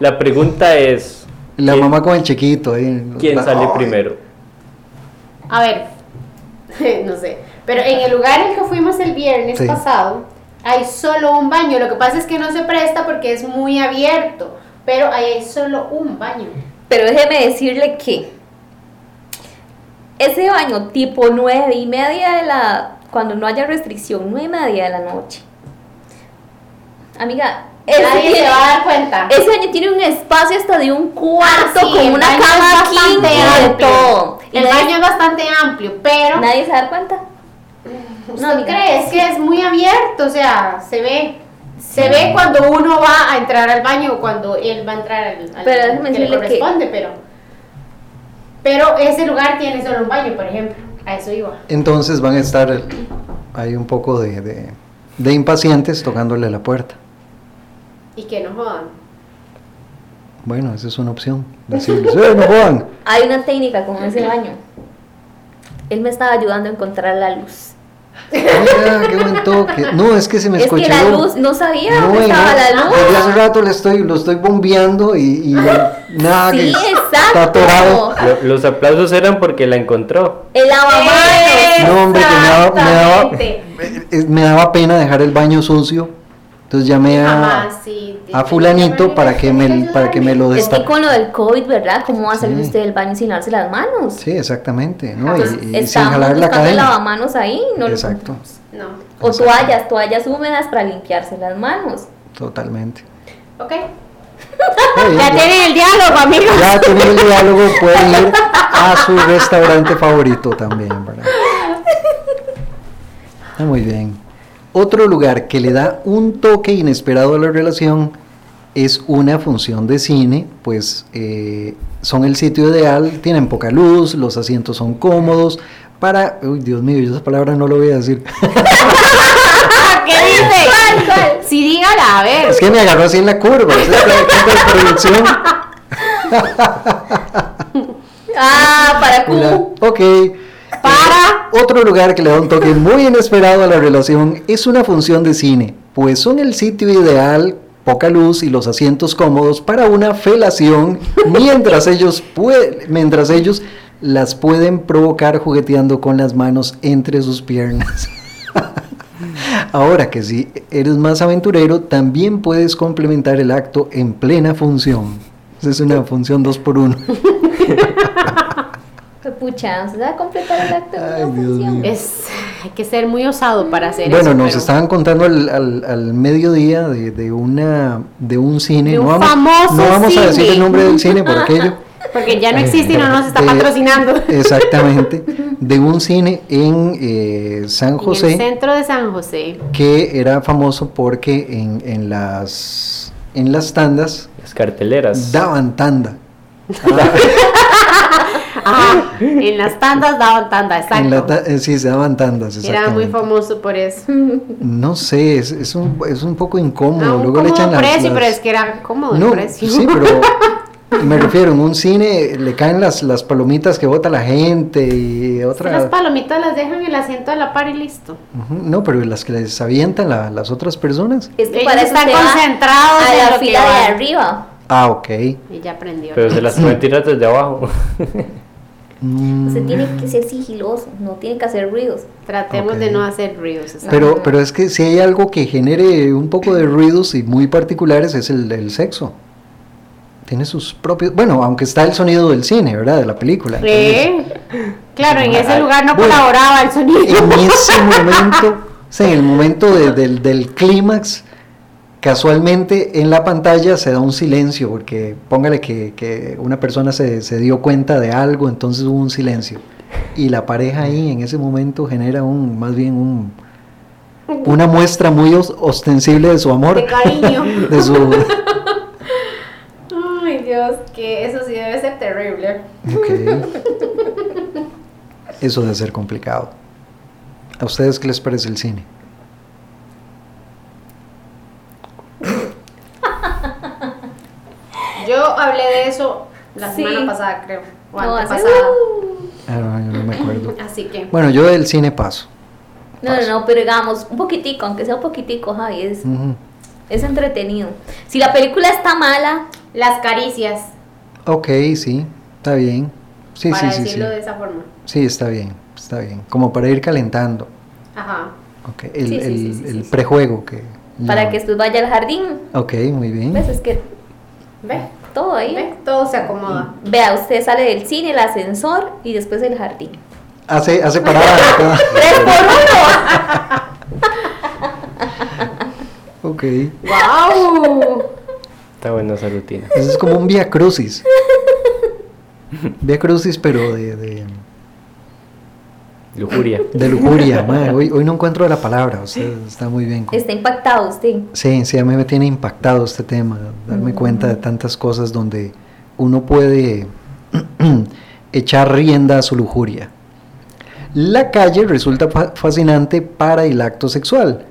[SPEAKER 6] La, pregunta es,
[SPEAKER 3] La
[SPEAKER 6] ¿quién,
[SPEAKER 3] mamá con el chiquito. ahí.
[SPEAKER 6] quién
[SPEAKER 3] La-
[SPEAKER 6] sale
[SPEAKER 3] ¡Ay!
[SPEAKER 6] primero?
[SPEAKER 4] A ver, no sé. Pero en el lugar al que fuimos el viernes
[SPEAKER 3] Sí.
[SPEAKER 4] pasado, hay solo un baño. Lo que pasa es que no se presta porque es muy abierto. Pero ahí hay solo un baño.
[SPEAKER 5] Pero déjeme decirle que ese baño tipo nueve y media de la... Cuando no haya restricción, nueve y media de la noche. Amiga, ese,
[SPEAKER 4] Nadie se
[SPEAKER 5] tiene-
[SPEAKER 4] va a dar cuenta.
[SPEAKER 5] ese baño tiene un espacio hasta de un cuarto
[SPEAKER 4] Ah, sí,
[SPEAKER 5] con
[SPEAKER 4] el
[SPEAKER 5] una
[SPEAKER 4] baño es
[SPEAKER 5] cama king
[SPEAKER 4] bastante
[SPEAKER 5] y de
[SPEAKER 4] amplio.
[SPEAKER 5] todo. Y
[SPEAKER 4] El
[SPEAKER 5] nadie-
[SPEAKER 4] baño es bastante amplio, pero
[SPEAKER 5] nadie se da cuenta.
[SPEAKER 4] ¿usted
[SPEAKER 5] no, amiga.
[SPEAKER 4] cree? Es que es muy abierto, o sea, se ve. Se ve cuando uno va a entrar al baño o cuando él va a entrar al, al
[SPEAKER 5] Pero déjeme
[SPEAKER 4] que le
[SPEAKER 5] decirle que-
[SPEAKER 4] corresponde, pero. Pero ese lugar tiene solo un baño, por ejemplo. A eso iba.
[SPEAKER 3] Entonces van a estar ahí un poco de, de- de impacientes tocándole la puerta.
[SPEAKER 4] Y que no jodan.
[SPEAKER 3] Bueno, esa es una opción. Decirles, "Eh, no jodan".
[SPEAKER 5] Hay una técnica con ese baño. Él me estaba ayudando a encontrar la luz.
[SPEAKER 3] Mira, qué buen toque. No, es que se me
[SPEAKER 5] Es que
[SPEAKER 3] escuchó.
[SPEAKER 5] la luz, no sabía
[SPEAKER 3] No,
[SPEAKER 5] dónde
[SPEAKER 3] y
[SPEAKER 5] estaba
[SPEAKER 3] no,
[SPEAKER 5] la luz.
[SPEAKER 3] desde hace rato le estoy, lo estoy bombeando y, y nada que
[SPEAKER 5] Sí,
[SPEAKER 3] está atorado.
[SPEAKER 5] exacto.
[SPEAKER 6] Lo- los aplausos eran porque la encontró.
[SPEAKER 5] El
[SPEAKER 4] Eh.
[SPEAKER 5] lavamanos.
[SPEAKER 3] No, hombre, que me daba, me, daba,
[SPEAKER 4] Exactamente.
[SPEAKER 3] eh, me daba pena dejar el baño sucio. Entonces llamé
[SPEAKER 4] Jamás,
[SPEAKER 3] a,
[SPEAKER 4] sí, te-
[SPEAKER 3] a fulanito para que me, para que me lo
[SPEAKER 5] Es que
[SPEAKER 3] destapara.
[SPEAKER 5] con lo del COVID, ¿verdad? ¿Cómo va a salir
[SPEAKER 3] Sí.
[SPEAKER 5] usted del baño sin lavarse las manos?
[SPEAKER 3] Sí, exactamente, ¿no? Y-
[SPEAKER 4] Ajá.
[SPEAKER 3] Y, sin
[SPEAKER 5] Estábamos
[SPEAKER 3] jalar la
[SPEAKER 5] buscando el
[SPEAKER 3] cadena.
[SPEAKER 5] lavamanos ahí. No lo
[SPEAKER 3] Exacto,
[SPEAKER 5] encontramos.
[SPEAKER 4] No.
[SPEAKER 5] O
[SPEAKER 3] Exacto.
[SPEAKER 5] toallas, toallas húmedas para limpiarse las manos.
[SPEAKER 3] totalmente.
[SPEAKER 4] Ok.
[SPEAKER 3] Muy bien,
[SPEAKER 4] Ya tienen el diálogo, amigos.
[SPEAKER 3] ya tienen el diálogo, pueden ir a su restaurante favorito también, ¿verdad? Ah, muy bien. Otro lugar que le da un toque inesperado a la relación es una función de cine, pues eh, son el sitio ideal, tienen poca luz, los asientos son cómodos, para... Uy, Dios mío, yo esa palabra no lo voy a decir.
[SPEAKER 4] ¿Qué dice? Sí, dígala, a ver.
[SPEAKER 3] Es que me agarró así en la curva. esa es la contraproducción.
[SPEAKER 5] Ah, para
[SPEAKER 3] Y la-
[SPEAKER 5] Q.
[SPEAKER 3] ok.
[SPEAKER 4] Para.
[SPEAKER 3] Otro lugar que le da un toque muy inesperado a la relación es una función de cine, pues son el sitio ideal, poca luz y los asientos cómodos para una felación mientras ellos, pue- mientras ellos las pueden provocar jugueteando con las manos entre sus piernas. Ahora que si eres más aventurero, también puedes complementar el acto en plena función. Esa Es una función dos por uno.
[SPEAKER 5] Qué Pucha, se va a completar el acto de
[SPEAKER 3] Ay,
[SPEAKER 5] una
[SPEAKER 3] Dios
[SPEAKER 5] función.
[SPEAKER 3] mío.
[SPEAKER 4] Es, hay que ser muy osado para hacer eso.
[SPEAKER 3] Bueno, nos
[SPEAKER 4] pero-
[SPEAKER 3] estaban contando al, al- al mediodía de, de una de un cine,
[SPEAKER 4] De un
[SPEAKER 3] no vamos,
[SPEAKER 4] famoso
[SPEAKER 3] no vamos a
[SPEAKER 4] cine.
[SPEAKER 3] decir el nombre del cine por aquello.
[SPEAKER 4] Porque ya no existe y no nos está
[SPEAKER 3] De-
[SPEAKER 4] patrocinando.
[SPEAKER 3] Exactamente, de un cine en eh, San
[SPEAKER 4] En el
[SPEAKER 3] José
[SPEAKER 4] centro de San José.
[SPEAKER 3] que era famoso porque en, en las en las tandas
[SPEAKER 6] Las carteleras.
[SPEAKER 3] daban tanda.
[SPEAKER 4] Ajá, Ah, en las tandas daban tanda, exacto.
[SPEAKER 3] En la ta- eh, sí, se daban tandas.
[SPEAKER 4] Era muy
[SPEAKER 3] exactamente.
[SPEAKER 4] famoso por eso.
[SPEAKER 3] No sé, es, es un, es un poco incómodo.
[SPEAKER 4] Ah, un
[SPEAKER 3] Luego le
[SPEAKER 4] cómodo
[SPEAKER 3] echan las-
[SPEAKER 4] precio, pero
[SPEAKER 3] las-
[SPEAKER 4] es que era cómodo
[SPEAKER 3] No,
[SPEAKER 4] el precio.
[SPEAKER 3] Sí, pero me refiero, en un cine le caen las, las palomitas que bota la gente y
[SPEAKER 4] Es que Las
[SPEAKER 3] otra...
[SPEAKER 4] palomitas las dejan en el asiento de la par y listo.
[SPEAKER 3] Ujú, No, pero las que les avientan la- las otras personas.
[SPEAKER 5] Es que
[SPEAKER 4] Ellos
[SPEAKER 5] para eso
[SPEAKER 4] están
[SPEAKER 5] se va
[SPEAKER 4] concentrados
[SPEAKER 5] a
[SPEAKER 4] en
[SPEAKER 5] la
[SPEAKER 4] lo que
[SPEAKER 5] fila de
[SPEAKER 4] van.
[SPEAKER 5] arriba.
[SPEAKER 3] Ah, ok.
[SPEAKER 4] Y ya aprendió.
[SPEAKER 6] Pero se las pueden tirar desde abajo.
[SPEAKER 3] Mm,
[SPEAKER 5] Usted tiene que ser sigiloso, no tiene que hacer ruidos.
[SPEAKER 4] Tratemos
[SPEAKER 3] Ok.
[SPEAKER 4] de no hacer ruidos. exacto.
[SPEAKER 3] pero, pero es que si hay algo que genere un poco de ruidos y muy particulares es el, el sexo. Tiene sus propios... Bueno, aunque está el sonido del cine, ¿verdad? De la película. entonces,
[SPEAKER 4] Sí. Claro, en ese lugar no
[SPEAKER 3] Bueno.
[SPEAKER 4] colaboraba el sonido.
[SPEAKER 3] en ese momento, o sea, en el momento de- del, del clímax, casualmente en la pantalla se da un silencio, porque póngale que, que una persona se, se dio cuenta de algo, entonces hubo un silencio. Y la pareja ahí en ese momento genera un, más bien un, una muestra muy os- ostensible de su amor.
[SPEAKER 4] De cariño.
[SPEAKER 3] de su,
[SPEAKER 4] Ay, Dios, que eso sí debe ser terrible.
[SPEAKER 3] Ok. Eso debe ser complicado. ¿A ustedes qué les parece el cine?
[SPEAKER 4] Yo hablé de eso la
[SPEAKER 5] Sí.
[SPEAKER 4] semana pasada, creo. O
[SPEAKER 5] no, hace-
[SPEAKER 4] antepasada.
[SPEAKER 3] Ah, no, yo no me acuerdo.
[SPEAKER 4] Así que.
[SPEAKER 3] Bueno, yo del cine paso.
[SPEAKER 5] no, no, no, pero digamos, un poquitico, aunque sea un poquitico, Javi, es,
[SPEAKER 3] Ujú.
[SPEAKER 5] es entretenido. Si la película está mala,
[SPEAKER 4] Las caricias,
[SPEAKER 3] Ok, sí, está bien. Sí,
[SPEAKER 4] para
[SPEAKER 3] sí, sí, sí.
[SPEAKER 4] decirlo de esa forma.
[SPEAKER 3] Sí, está bien, está bien. Como para ir calentando.
[SPEAKER 4] Ajá.
[SPEAKER 3] Ok, el,
[SPEAKER 5] Sí, sí,
[SPEAKER 3] el-
[SPEAKER 5] sí, sí,
[SPEAKER 3] el
[SPEAKER 5] sí, sí.
[SPEAKER 3] prejuego que...
[SPEAKER 5] para
[SPEAKER 3] llaman.
[SPEAKER 5] que Pues, después vaya al jardín,
[SPEAKER 3] Ok, muy
[SPEAKER 5] ¿ves?
[SPEAKER 3] bien.
[SPEAKER 5] Es que
[SPEAKER 4] ¿Ve?
[SPEAKER 5] todo ahí.
[SPEAKER 4] ¿Ve? Todo se acomoda.
[SPEAKER 5] Vea, usted sale del cine, el ascensor y después el jardín.
[SPEAKER 3] Hace, hace parada. ¿verdad?
[SPEAKER 5] pues, ¡Tres por uno!
[SPEAKER 3] ok.
[SPEAKER 5] Mm.
[SPEAKER 4] ¡Wow!
[SPEAKER 6] Está buena esa rutina.
[SPEAKER 3] Eso es como un vía crucis. Vía crucis, pero de, de,
[SPEAKER 6] Lujuria.
[SPEAKER 3] de lujuria. madre. Hoy, hoy no encuentro la palabra. Usted está muy bien. con-
[SPEAKER 5] Está impactado usted.
[SPEAKER 3] Sí, sí, a mí me tiene impactado este tema, darme cuenta de tantas cosas donde uno puede echar rienda a su lujuria. La calle resulta fa- fascinante para el acto sexual.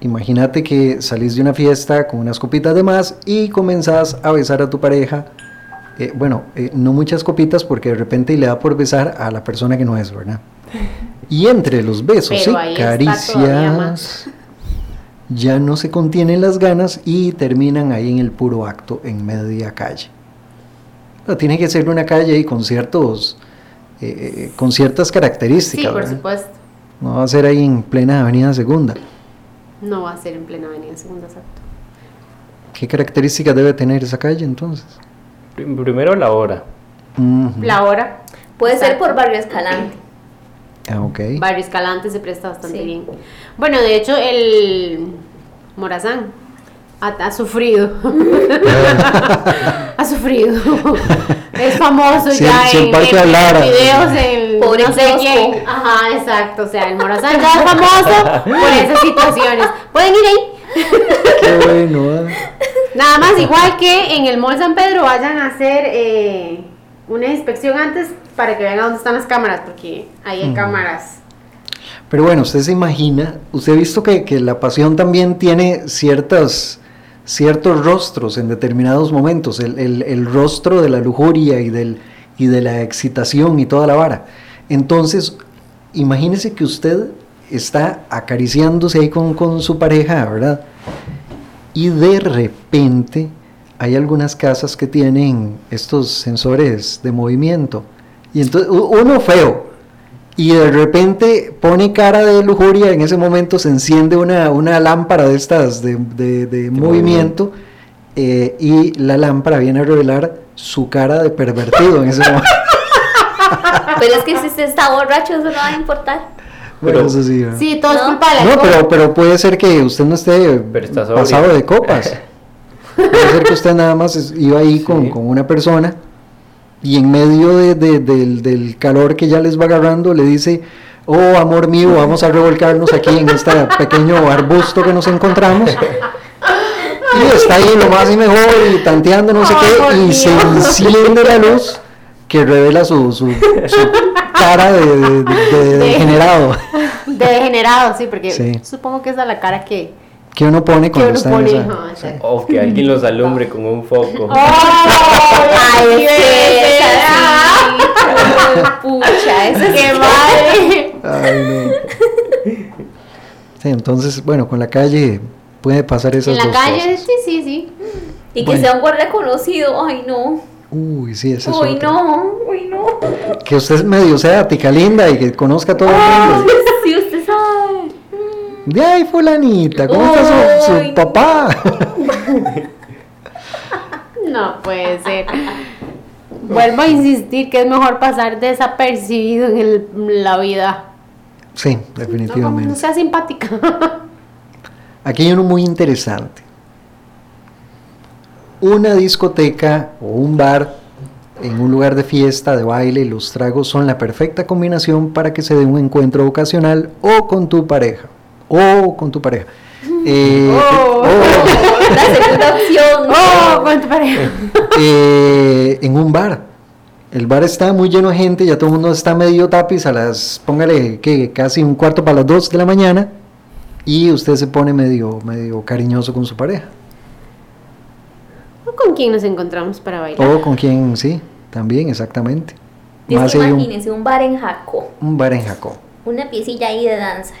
[SPEAKER 3] Imagínate que salís de una fiesta con unas copitas de más y comenzás a besar a tu pareja. Eh, bueno, eh, no muchas copitas porque de repente le da por besar a la persona que no es, ¿verdad? Y entre los besos
[SPEAKER 4] Pero ahí
[SPEAKER 3] y
[SPEAKER 4] está todavía más.
[SPEAKER 3] caricias ya no se contienen las ganas y terminan ahí en el puro acto en media calle. Pero tiene que ser una calle y con ciertos, eh, eh, con ciertas
[SPEAKER 4] Sí,
[SPEAKER 3] características.
[SPEAKER 4] por
[SPEAKER 3] ¿verdad?
[SPEAKER 4] supuesto.
[SPEAKER 3] No va a ser ahí en plena Avenida Segunda.
[SPEAKER 4] No va a ser en plena avenida segunda, exacto.
[SPEAKER 3] ¿Qué características debe tener esa calle entonces?
[SPEAKER 6] Prim- Primero la hora.
[SPEAKER 3] Ujú.
[SPEAKER 4] La hora.
[SPEAKER 5] Puede ser
[SPEAKER 4] Exacto.
[SPEAKER 5] por Barrio Escalante.
[SPEAKER 3] Ah, ok.
[SPEAKER 4] Barrio Escalante se presta bastante
[SPEAKER 5] Sí.
[SPEAKER 4] bien. Bueno, de hecho, el Morazán ha, ha sufrido. ha sufrido. Es famoso
[SPEAKER 3] Si
[SPEAKER 4] ya
[SPEAKER 3] el- si el
[SPEAKER 4] en,
[SPEAKER 3] parque
[SPEAKER 4] en- en
[SPEAKER 3] hablara.
[SPEAKER 4] videos en
[SPEAKER 5] Pobre
[SPEAKER 4] no sé
[SPEAKER 5] kiosco.
[SPEAKER 4] quién. Ajá, exacto. O sea, el Morazán ya es famoso por esas situaciones. Pueden ir ahí.
[SPEAKER 3] Qué bueno. ah.
[SPEAKER 4] Nada más, igual que en el Mall San Pedro vayan a hacer eh, una inspección antes para que vean a dónde están las cámaras, porque ahí hay
[SPEAKER 3] Mm.
[SPEAKER 4] cámaras.
[SPEAKER 3] Pero bueno, usted se imagina, usted ha visto que, que la pasión también tiene ciertas, ciertos rostros en determinados momentos, el, el- el rostro de la lujuria y, del, y de la excitación y toda la vara. Entonces, imagínese que usted está acariciándose ahí con, con su pareja, ¿verdad? Y de repente hay algunas casas que tienen estos sensores de movimiento. Y entonces, u- uno feo, y de repente pone cara de lujuria, en ese momento se enciende una, una lámpara de estas de, de- de movimiento eh, y la lámpara viene a revelar su cara de pervertido en ese momento.
[SPEAKER 5] Pero es que si usted está borracho, eso no va a importar.
[SPEAKER 3] Bueno,
[SPEAKER 6] Pero-
[SPEAKER 3] eso sí, ¿verdad?
[SPEAKER 4] Sí, todo es
[SPEAKER 5] No.
[SPEAKER 4] culpa de la
[SPEAKER 3] Ah. No,
[SPEAKER 4] copa.
[SPEAKER 3] pero, pero puede ser que usted no esté
[SPEAKER 6] Pero está sobrio.
[SPEAKER 3] pasado de copas. Puede ser que usted nada más es- iba ahí con,
[SPEAKER 6] Sí.
[SPEAKER 3] con una persona y en medio de- de- del, del calor que ya les va agarrando le dice, oh amor mío, vamos a revolcarnos aquí en este pequeño arbusto que nos encontramos. Y está ahí lo más y mejor y tanteando no sé
[SPEAKER 4] Oh,
[SPEAKER 3] qué
[SPEAKER 4] amor
[SPEAKER 3] y se
[SPEAKER 4] mío.
[SPEAKER 3] enciende la luz que revela su, su- su cara de, de- de- de
[SPEAKER 4] De-
[SPEAKER 3] degenerado
[SPEAKER 4] De degenerado, sí, porque
[SPEAKER 3] Sí.
[SPEAKER 4] supongo que esa es la cara que,
[SPEAKER 3] que uno pone
[SPEAKER 4] que
[SPEAKER 3] cuando
[SPEAKER 4] uno
[SPEAKER 3] está en
[SPEAKER 4] pone.
[SPEAKER 3] esa-
[SPEAKER 4] ajá, exacto.
[SPEAKER 6] O que alguien los alumbre con un foco.
[SPEAKER 4] Oh, ¡Ay,
[SPEAKER 5] Ay, es que es
[SPEAKER 4] verdad!
[SPEAKER 5] así. Pucha, es
[SPEAKER 4] ¡Qué madre!
[SPEAKER 3] Ay, no. Sí, entonces, bueno, con la calle puede pasar esas
[SPEAKER 4] En la
[SPEAKER 3] dos
[SPEAKER 4] calle,
[SPEAKER 3] cosas.
[SPEAKER 4] sí, sí, sí.
[SPEAKER 5] Y que
[SPEAKER 3] Bueno.
[SPEAKER 5] sea un guardia conocido. Ay, no.
[SPEAKER 3] Uy, sí, esa es
[SPEAKER 5] Uy,
[SPEAKER 3] otra.
[SPEAKER 5] no. Uy, no.
[SPEAKER 3] Que usted es medio sea tica linda y que conozca a todo el
[SPEAKER 5] Ay,
[SPEAKER 3] mundo.
[SPEAKER 5] sí, usted sabe.
[SPEAKER 3] De ahí fulanita, ¿cómo está su, su
[SPEAKER 5] Uy.
[SPEAKER 3] papá?
[SPEAKER 4] No puede ser. Vuelvo a insistir que es mejor pasar desapercibido en el- la vida.
[SPEAKER 3] sí,
[SPEAKER 4] No, No, no
[SPEAKER 3] definitivamente.
[SPEAKER 4] sea simpática.
[SPEAKER 3] Aquí hay uno muy interesante. Una discoteca o un bar en un lugar de fiesta, de baile, los tragos son la perfecta combinación para que se dé un encuentro ocasional o con tu pareja. O con tu pareja. Eh,
[SPEAKER 4] Oh.
[SPEAKER 3] o-
[SPEAKER 5] La segunda opción.
[SPEAKER 4] ¡Oh! Con tu pareja.
[SPEAKER 3] eh, en un bar. El bar está muy lleno de gente, ya todo el mundo está medio tapiz a las, póngale que casi un cuarto para las 2 de la mañana y usted se pone medio, medio cariñoso con su pareja.
[SPEAKER 4] ¿O ¿Con quién nos encontramos para bailar?
[SPEAKER 3] O con quien, sí, también, exactamente.
[SPEAKER 5] Y es
[SPEAKER 3] Más
[SPEAKER 5] que
[SPEAKER 3] si hay un,
[SPEAKER 5] imagínense un bar en Jaco.
[SPEAKER 3] un bar en Jacob.
[SPEAKER 5] Una piecilla ahí de danza.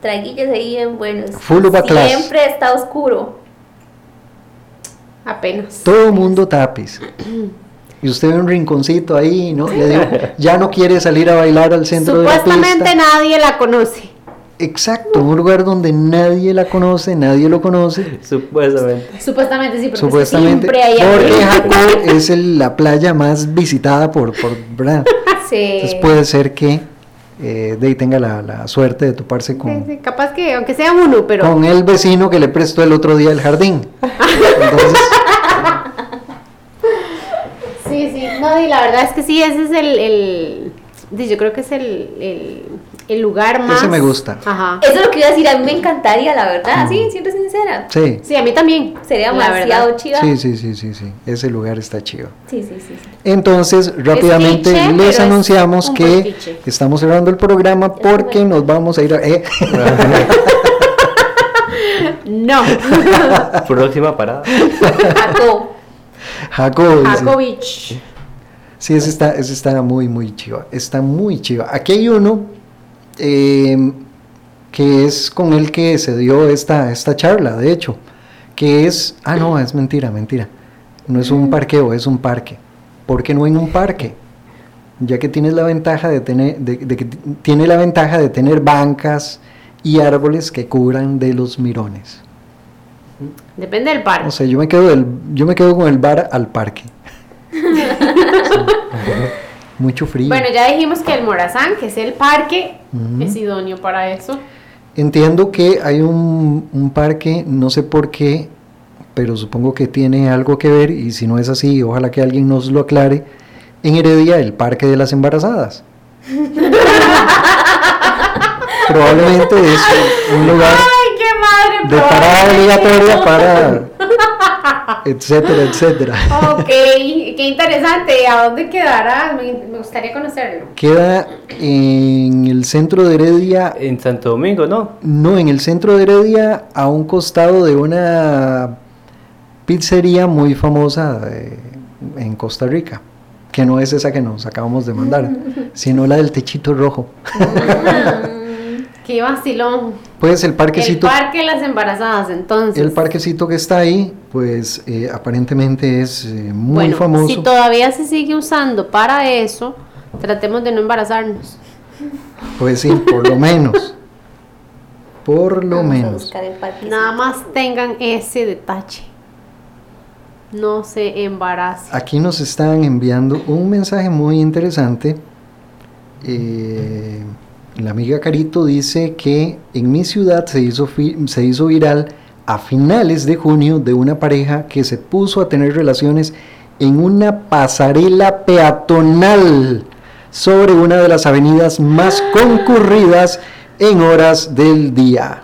[SPEAKER 5] Traguillos ahí bien buenos.
[SPEAKER 3] Full of a class.
[SPEAKER 5] Siempre está oscuro.
[SPEAKER 4] Apenas.
[SPEAKER 3] Todo el mundo tapiz. Y usted ve un rinconcito ahí, ¿no? Le digo, ya no quiere salir a bailar al centro de la pista.
[SPEAKER 4] Supuestamente nadie la conoce.
[SPEAKER 3] Exacto, un lugar donde nadie la conoce, nadie lo conoce.
[SPEAKER 6] Supuestamente.
[SPEAKER 4] Supuestamente sí, porque
[SPEAKER 3] Supuestamente,
[SPEAKER 4] siempre hay
[SPEAKER 3] porque
[SPEAKER 4] alguien.
[SPEAKER 3] Jacob es el- la playa más visitada por, por ¿verdad?
[SPEAKER 5] Sí.
[SPEAKER 3] Entonces puede ser que eh, de ahí tenga la, la suerte de toparse
[SPEAKER 4] Sí,
[SPEAKER 3] con,
[SPEAKER 4] sí, Capaz que, aunque sea uno, pero.
[SPEAKER 3] con el vecino que le prestó el otro día el jardín. Entonces,
[SPEAKER 4] Sí, sí, no, y la verdad es que sí, ese es el, el sí, yo creo que es el, el, el lugar más.
[SPEAKER 3] me gusta.
[SPEAKER 4] Ajá.
[SPEAKER 5] Eso es lo que iba a decir. A mí me encantaría, la
[SPEAKER 3] Mm.
[SPEAKER 5] verdad. Sí, siendo sincera.
[SPEAKER 3] sí,
[SPEAKER 4] Sí, a mí también.
[SPEAKER 5] Sería
[SPEAKER 4] la
[SPEAKER 5] demasiado
[SPEAKER 4] verdad.
[SPEAKER 5] chiva.
[SPEAKER 3] sí, sí, sí, sí, sí, ese lugar está chido.
[SPEAKER 5] sí, sí. sí, sí.
[SPEAKER 3] Entonces, rápidamente
[SPEAKER 4] cliché, pero
[SPEAKER 3] les
[SPEAKER 4] es
[SPEAKER 3] anunciamos
[SPEAKER 4] un
[SPEAKER 3] que
[SPEAKER 4] buen cliché.
[SPEAKER 3] estamos cerrando el programa porque nos vamos a ir a... eh,
[SPEAKER 4] No,
[SPEAKER 6] Próxima parada.
[SPEAKER 5] Jaco.
[SPEAKER 3] Jacob, dice.
[SPEAKER 4] Jacobich.
[SPEAKER 3] Sí, ese está, ese está muy, muy chiva. Está muy chiva. Aquí hay uno eh, que es con el que se dio esta, esta charla, de hecho. Que es. Ah, no, es mentira, mentira. No es un parqueo, es un parque. ¿Por qué no en un parque? Ya que tienes la ventaja de tener, de, de que t- tiene la ventaja de tener bancas y árboles que cubran de los mirones.
[SPEAKER 4] Depende del par.
[SPEAKER 3] O sea, yo me quedo del, yo me quedo con el bar al parque. Mucho frío.
[SPEAKER 4] bueno, ya dijimos que el Morazán, que es el parque,
[SPEAKER 3] Ujú.
[SPEAKER 4] es idóneo para eso.
[SPEAKER 3] Entiendo que hay un, un parque, no sé por qué, pero supongo que tiene algo que ver, y si no es así, ojalá que alguien nos lo aclare, en Heredia, el Parque de las Embarazadas. Probablemente es un lugar
[SPEAKER 4] Ay, qué madre.
[SPEAKER 3] de parada obligatoria para etcétera, etcétera.
[SPEAKER 4] Ok, qué interesante. ¿A dónde quedará? Me, me gustaría conocerlo.
[SPEAKER 3] Queda en el centro de Heredia,
[SPEAKER 6] En Santo Domingo, ¿no?
[SPEAKER 3] no, en el centro de Heredia, a un costado de una pizzería muy famosa eh, en Costa Rica, que no es esa que nos acabamos de mandar, sino la del techito rojo.
[SPEAKER 4] Qué vacilón.
[SPEAKER 3] Pues el
[SPEAKER 4] El
[SPEAKER 3] parquecito...
[SPEAKER 4] parque de las embarazadas, entonces.
[SPEAKER 3] El parquecito que está ahí, pues eh, aparentemente es eh, muy
[SPEAKER 4] bueno,
[SPEAKER 3] famoso.
[SPEAKER 4] Si todavía se sigue usando para eso, tratemos de no embarazarnos.
[SPEAKER 3] Pues sí, por lo menos. Por lo
[SPEAKER 5] Vamos a
[SPEAKER 3] menos.
[SPEAKER 5] buscar el parque.
[SPEAKER 4] Nada más tengan ese detalle. No se embaracen.
[SPEAKER 3] Aquí nos están enviando un mensaje muy interesante. Eh, la amiga Carito dice que en mi ciudad se hizo, fi- se hizo viral a finales de junio de una pareja que se puso a tener relaciones en una pasarela peatonal sobre una de las avenidas más concurridas en horas del día.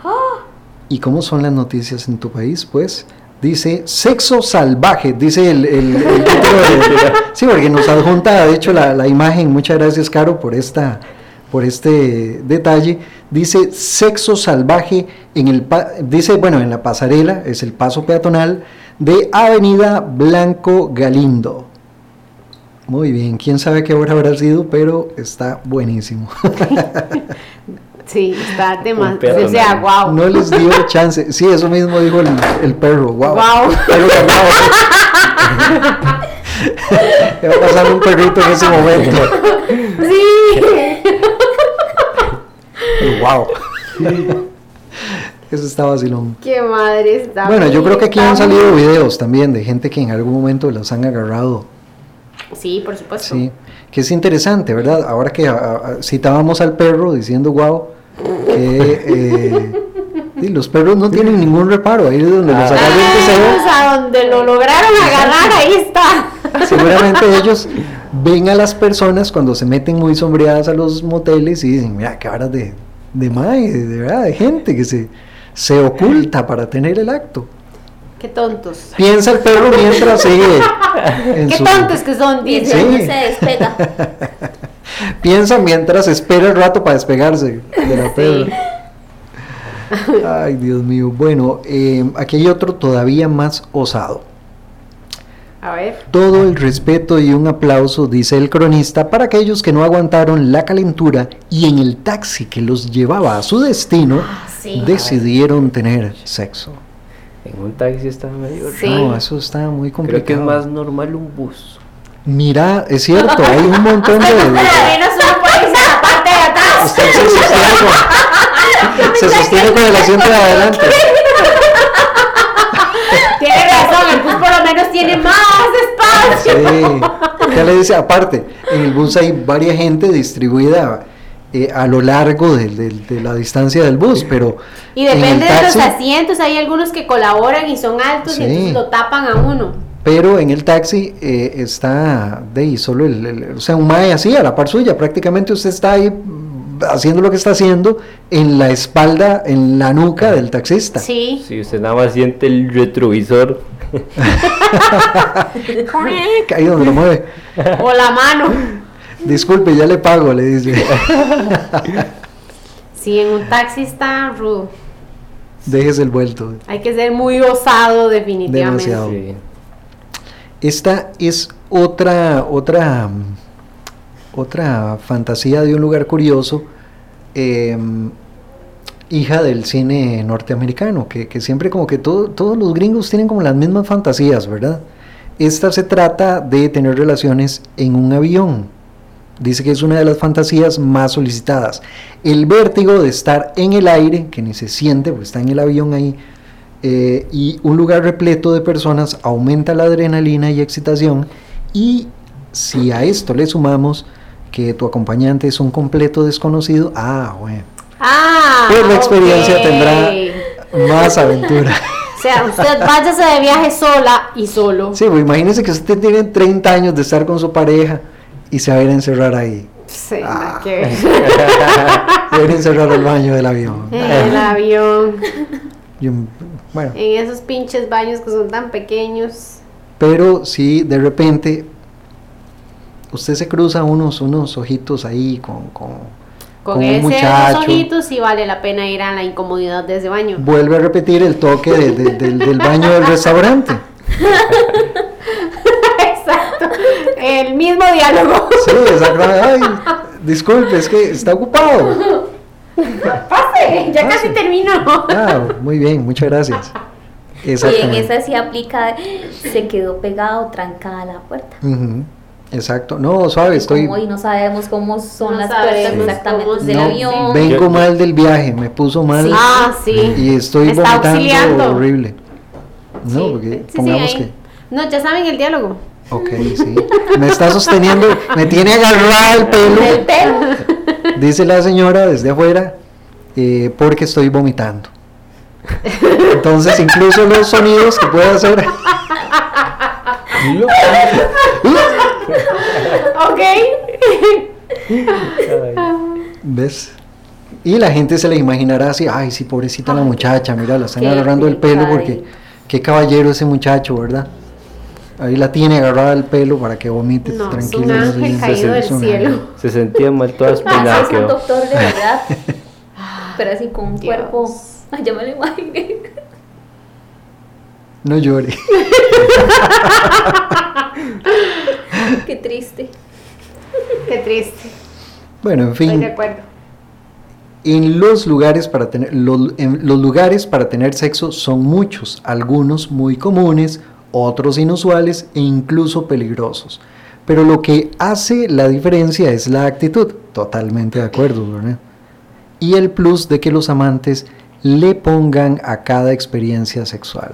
[SPEAKER 3] ¿Y cómo son las noticias en tu país? Pues dice sexo salvaje, dice el, el- el título de- Sí, porque nos adjunta, de hecho, la, la imagen. Muchas gracias, Caro, por, esta, por este detalle. Dice sexo salvaje en el... pa- Dice, bueno, en la pasarela, es el paso peatonal de Avenida Blanco Galindo. Muy bien, quién sabe qué hora habrá sido, pero está buenísimo.
[SPEAKER 4] Sí, está
[SPEAKER 6] Un
[SPEAKER 4] demasiado.
[SPEAKER 6] peatonal.
[SPEAKER 4] O sea, wow.
[SPEAKER 3] No les dio chance. Sí, eso mismo dijo el, el perro. Wow.
[SPEAKER 4] Guau.
[SPEAKER 3] Perro que hablaba. Le va a pasar un perrito en ese momento.
[SPEAKER 4] Sí.
[SPEAKER 3] Wow. Eso está vacilón.
[SPEAKER 4] Qué madre está.
[SPEAKER 3] Bueno, yo creo que aquí han
[SPEAKER 4] Está
[SPEAKER 3] salido videos también de gente que en algún momento los han agarrado.
[SPEAKER 4] Sí, por supuesto.
[SPEAKER 3] Sí. Que es interesante, ¿verdad? Ahora que a- a- citábamos al perro diciendo wow, que eh, sí, los perros no tienen ningún reparo. Ahí es donde los
[SPEAKER 4] Ah,
[SPEAKER 3] agarran que se ve.
[SPEAKER 4] pues, a donde lo lograron agarrar, ahí está.
[SPEAKER 3] Seguramente ellos ven a las personas cuando se meten muy sombreadas a los moteles y dicen, mira, qué varas de, de mae, de, de verdad, de gente que se, se oculta para tener el acto.
[SPEAKER 4] Qué tontos.
[SPEAKER 3] Piensa el perro mientras sigue. en
[SPEAKER 4] Qué
[SPEAKER 3] su-
[SPEAKER 4] tontos que son,
[SPEAKER 5] Dice,
[SPEAKER 4] dice.
[SPEAKER 5] no
[SPEAKER 3] Sí.
[SPEAKER 5] se despega.
[SPEAKER 3] Piensa mientras espera el rato para despegarse de la perra. Ay, Dios mío. Bueno, eh, aquí hay otro todavía más osado.
[SPEAKER 4] A ver.
[SPEAKER 3] Todo el respeto y un aplauso, dice el cronista, para aquellos que no aguantaron la calentura y en el taxi que los llevaba a su destino,
[SPEAKER 4] Ah, sí.
[SPEAKER 3] decidieron tener sexo.
[SPEAKER 6] En un taxi está medio
[SPEAKER 4] Sí.
[SPEAKER 6] raro.
[SPEAKER 3] No, eso está muy complicado.
[SPEAKER 6] Creo que es más normal un bus.
[SPEAKER 3] Mira, es cierto, hay un montón de...
[SPEAKER 4] Ay, no se puede irse a la parte de atrás.
[SPEAKER 3] Usted se sostiene con, se sostiene con el asiento de adelante.
[SPEAKER 4] Tiene razón, el bus por lo menos tiene más
[SPEAKER 3] Sí.
[SPEAKER 4] espacio.
[SPEAKER 3] Ya le dice, aparte, en el bus hay varias gente distribuida eh, a lo largo del- del- de la distancia del bus, pero...
[SPEAKER 4] Y
[SPEAKER 3] en el
[SPEAKER 4] depende de los
[SPEAKER 3] taxi-
[SPEAKER 4] asientos, hay algunos que colaboran y son altos
[SPEAKER 3] Sí.
[SPEAKER 4] y entonces lo tapan a uno.
[SPEAKER 3] Pero en el taxi eh, está de ahí solo el, el- o sea, un mae así a la par suya, prácticamente usted está ahí mm, haciendo lo que está haciendo en la espalda, en la nuca del taxista.
[SPEAKER 4] Sí.
[SPEAKER 6] Si usted nada más siente el retrovisor.
[SPEAKER 3] Ahí donde lo mueve.
[SPEAKER 4] O la mano.
[SPEAKER 3] Disculpe, ya le pago, le dice.
[SPEAKER 4] Sí, en un taxi está rudo.
[SPEAKER 3] Dejes el vuelto.
[SPEAKER 4] Hay que ser muy osado definitivamente.
[SPEAKER 3] Demasiado.
[SPEAKER 6] Sí.
[SPEAKER 3] Esta es otra, otra, mm, otra fantasía de un lugar curioso, eh, hija del cine norteamericano, que, que siempre como que todo- todos los gringos tienen como las mismas fantasías, ¿verdad? Esta se trata de tener relaciones en un avión. Dice que es una de las fantasías más solicitadas. El vértigo de estar en el aire, que ni se siente, porque está en el avión ahí, eh, y un lugar repleto de personas aumenta la adrenalina y excitación y si a esto le sumamos que tu acompañante es un completo desconocido, ah, bueno,
[SPEAKER 4] Ah.
[SPEAKER 3] pues la experiencia
[SPEAKER 4] ok.
[SPEAKER 3] tendrá más aventura.
[SPEAKER 4] O sea, usted váyase de viaje sola y solo.
[SPEAKER 3] Sí, pues imagínese que usted tiene 30 años de estar con su pareja y se va a ir a encerrar ahí,
[SPEAKER 4] Sí,
[SPEAKER 3] Ah.
[SPEAKER 4] nada que
[SPEAKER 3] se va
[SPEAKER 4] ver.
[SPEAKER 3] a ir a encerrar al baño del avión.
[SPEAKER 4] El avión.
[SPEAKER 3] Yo- bueno,
[SPEAKER 4] En esos pinches baños que son tan pequeños.
[SPEAKER 3] pero si de repente usted se cruza unos, unos ojitos ahí con, con-
[SPEAKER 4] Con
[SPEAKER 3] Con un
[SPEAKER 4] ese, esos
[SPEAKER 3] muchacho.
[SPEAKER 4] ojitos sí vale la pena ir a la incomodidad de ese baño.
[SPEAKER 3] Vuelve a repetir el toque de- de- del- del baño del restaurante.
[SPEAKER 4] Exacto. El mismo diálogo.
[SPEAKER 3] Sí, exactamente. Ay, disculpe, es que está ocupado.
[SPEAKER 4] Pase, ya
[SPEAKER 3] Pase.
[SPEAKER 4] casi termino.
[SPEAKER 3] Ah, muy bien, muchas gracias.
[SPEAKER 5] Y en
[SPEAKER 3] Exactamente.
[SPEAKER 5] esa sí aplica, se quedó pegado, trancada la puerta.
[SPEAKER 3] Ujú, Exacto. No, suave, estoy.
[SPEAKER 5] Como, y no sabemos cómo son
[SPEAKER 4] No
[SPEAKER 5] las
[SPEAKER 4] sabemos
[SPEAKER 5] puertas exactamente
[SPEAKER 4] cómo
[SPEAKER 5] del
[SPEAKER 3] no,
[SPEAKER 4] son.
[SPEAKER 5] avión.
[SPEAKER 3] vengo
[SPEAKER 6] Yo-
[SPEAKER 3] mal del viaje, me puso mal
[SPEAKER 4] Ah, sí.
[SPEAKER 3] y estoy
[SPEAKER 4] Está
[SPEAKER 3] vomitando
[SPEAKER 4] auxiliando.
[SPEAKER 3] horrible. No,
[SPEAKER 4] Sí,
[SPEAKER 3] porque
[SPEAKER 4] sí, sí,
[SPEAKER 3] pongamos
[SPEAKER 4] ahí.
[SPEAKER 3] que.
[SPEAKER 4] No, ya saben el diálogo.
[SPEAKER 3] Ok, sí. Me está sosteniendo, me tiene agarrado el pelo,
[SPEAKER 5] Del pelo.
[SPEAKER 3] dice la señora desde afuera, eh, porque estoy vomitando. Entonces, incluso los sonidos que puede hacer.
[SPEAKER 4] Ok.
[SPEAKER 3] ¿Ves? Y la gente se le imaginará así, ay, sí, pobrecita la muchacha, mira, la están
[SPEAKER 5] Qué
[SPEAKER 3] agarrando el pelo porque
[SPEAKER 5] pecadito.
[SPEAKER 3] qué caballero ese muchacho, ¿verdad? Ahí la tiene agarrada el pelo para que vomite
[SPEAKER 4] No, es
[SPEAKER 3] tranquilo.
[SPEAKER 4] un
[SPEAKER 3] no sé,
[SPEAKER 4] ángel
[SPEAKER 3] no sé,
[SPEAKER 4] caído del
[SPEAKER 3] es un
[SPEAKER 4] cielo.
[SPEAKER 3] ángel.
[SPEAKER 6] Se sentía mal toda
[SPEAKER 5] Ah,
[SPEAKER 6] espinada
[SPEAKER 5] es un
[SPEAKER 6] quedó.
[SPEAKER 5] doctor de verdad. Pero así con un
[SPEAKER 4] Dios.
[SPEAKER 5] cuerpo. Ay, ya me lo imaginé.
[SPEAKER 3] No llore.
[SPEAKER 5] Qué triste.
[SPEAKER 4] Qué triste.
[SPEAKER 3] Bueno, en
[SPEAKER 4] Estoy de
[SPEAKER 3] fin,
[SPEAKER 4] acuerdo.
[SPEAKER 3] en los lugares para tener los, en los lugares para tener sexo son muchos, algunos muy comunes, otros inusuales e incluso peligrosos. Pero lo que hace la diferencia es la actitud. Totalmente de acuerdo, ¿verdad? Y el plus de que los amantes le pongan a cada experiencia sexual.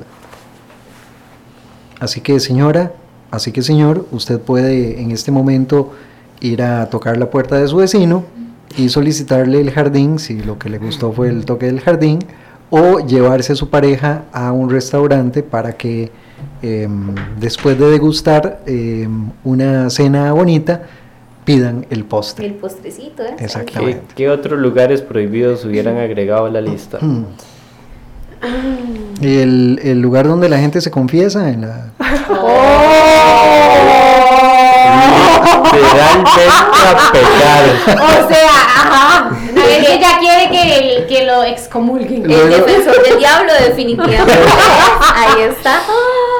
[SPEAKER 3] Así que señora, así que señor, usted puede en este momento ir a tocar la puerta de su vecino y solicitarle el jardín, si lo que le gustó fue el toque del jardín, o llevarse a su pareja a un restaurante para que em, después de degustar em, una cena bonita, pidan el postre.
[SPEAKER 5] El postrecito, ¿eh?
[SPEAKER 3] Exactamente.
[SPEAKER 6] ¿Qué, qué otros lugares prohibidos hubieran agregado a la lista?
[SPEAKER 3] Mm. El, el lugar donde la gente se confiesa en la...
[SPEAKER 6] Literalmente pecar.
[SPEAKER 4] O sea, ajá. A ver, ella quiere que, el- que lo excomulguen.
[SPEAKER 5] El
[SPEAKER 3] Luego-
[SPEAKER 5] defensor del diablo, definitivamente. Ahí está.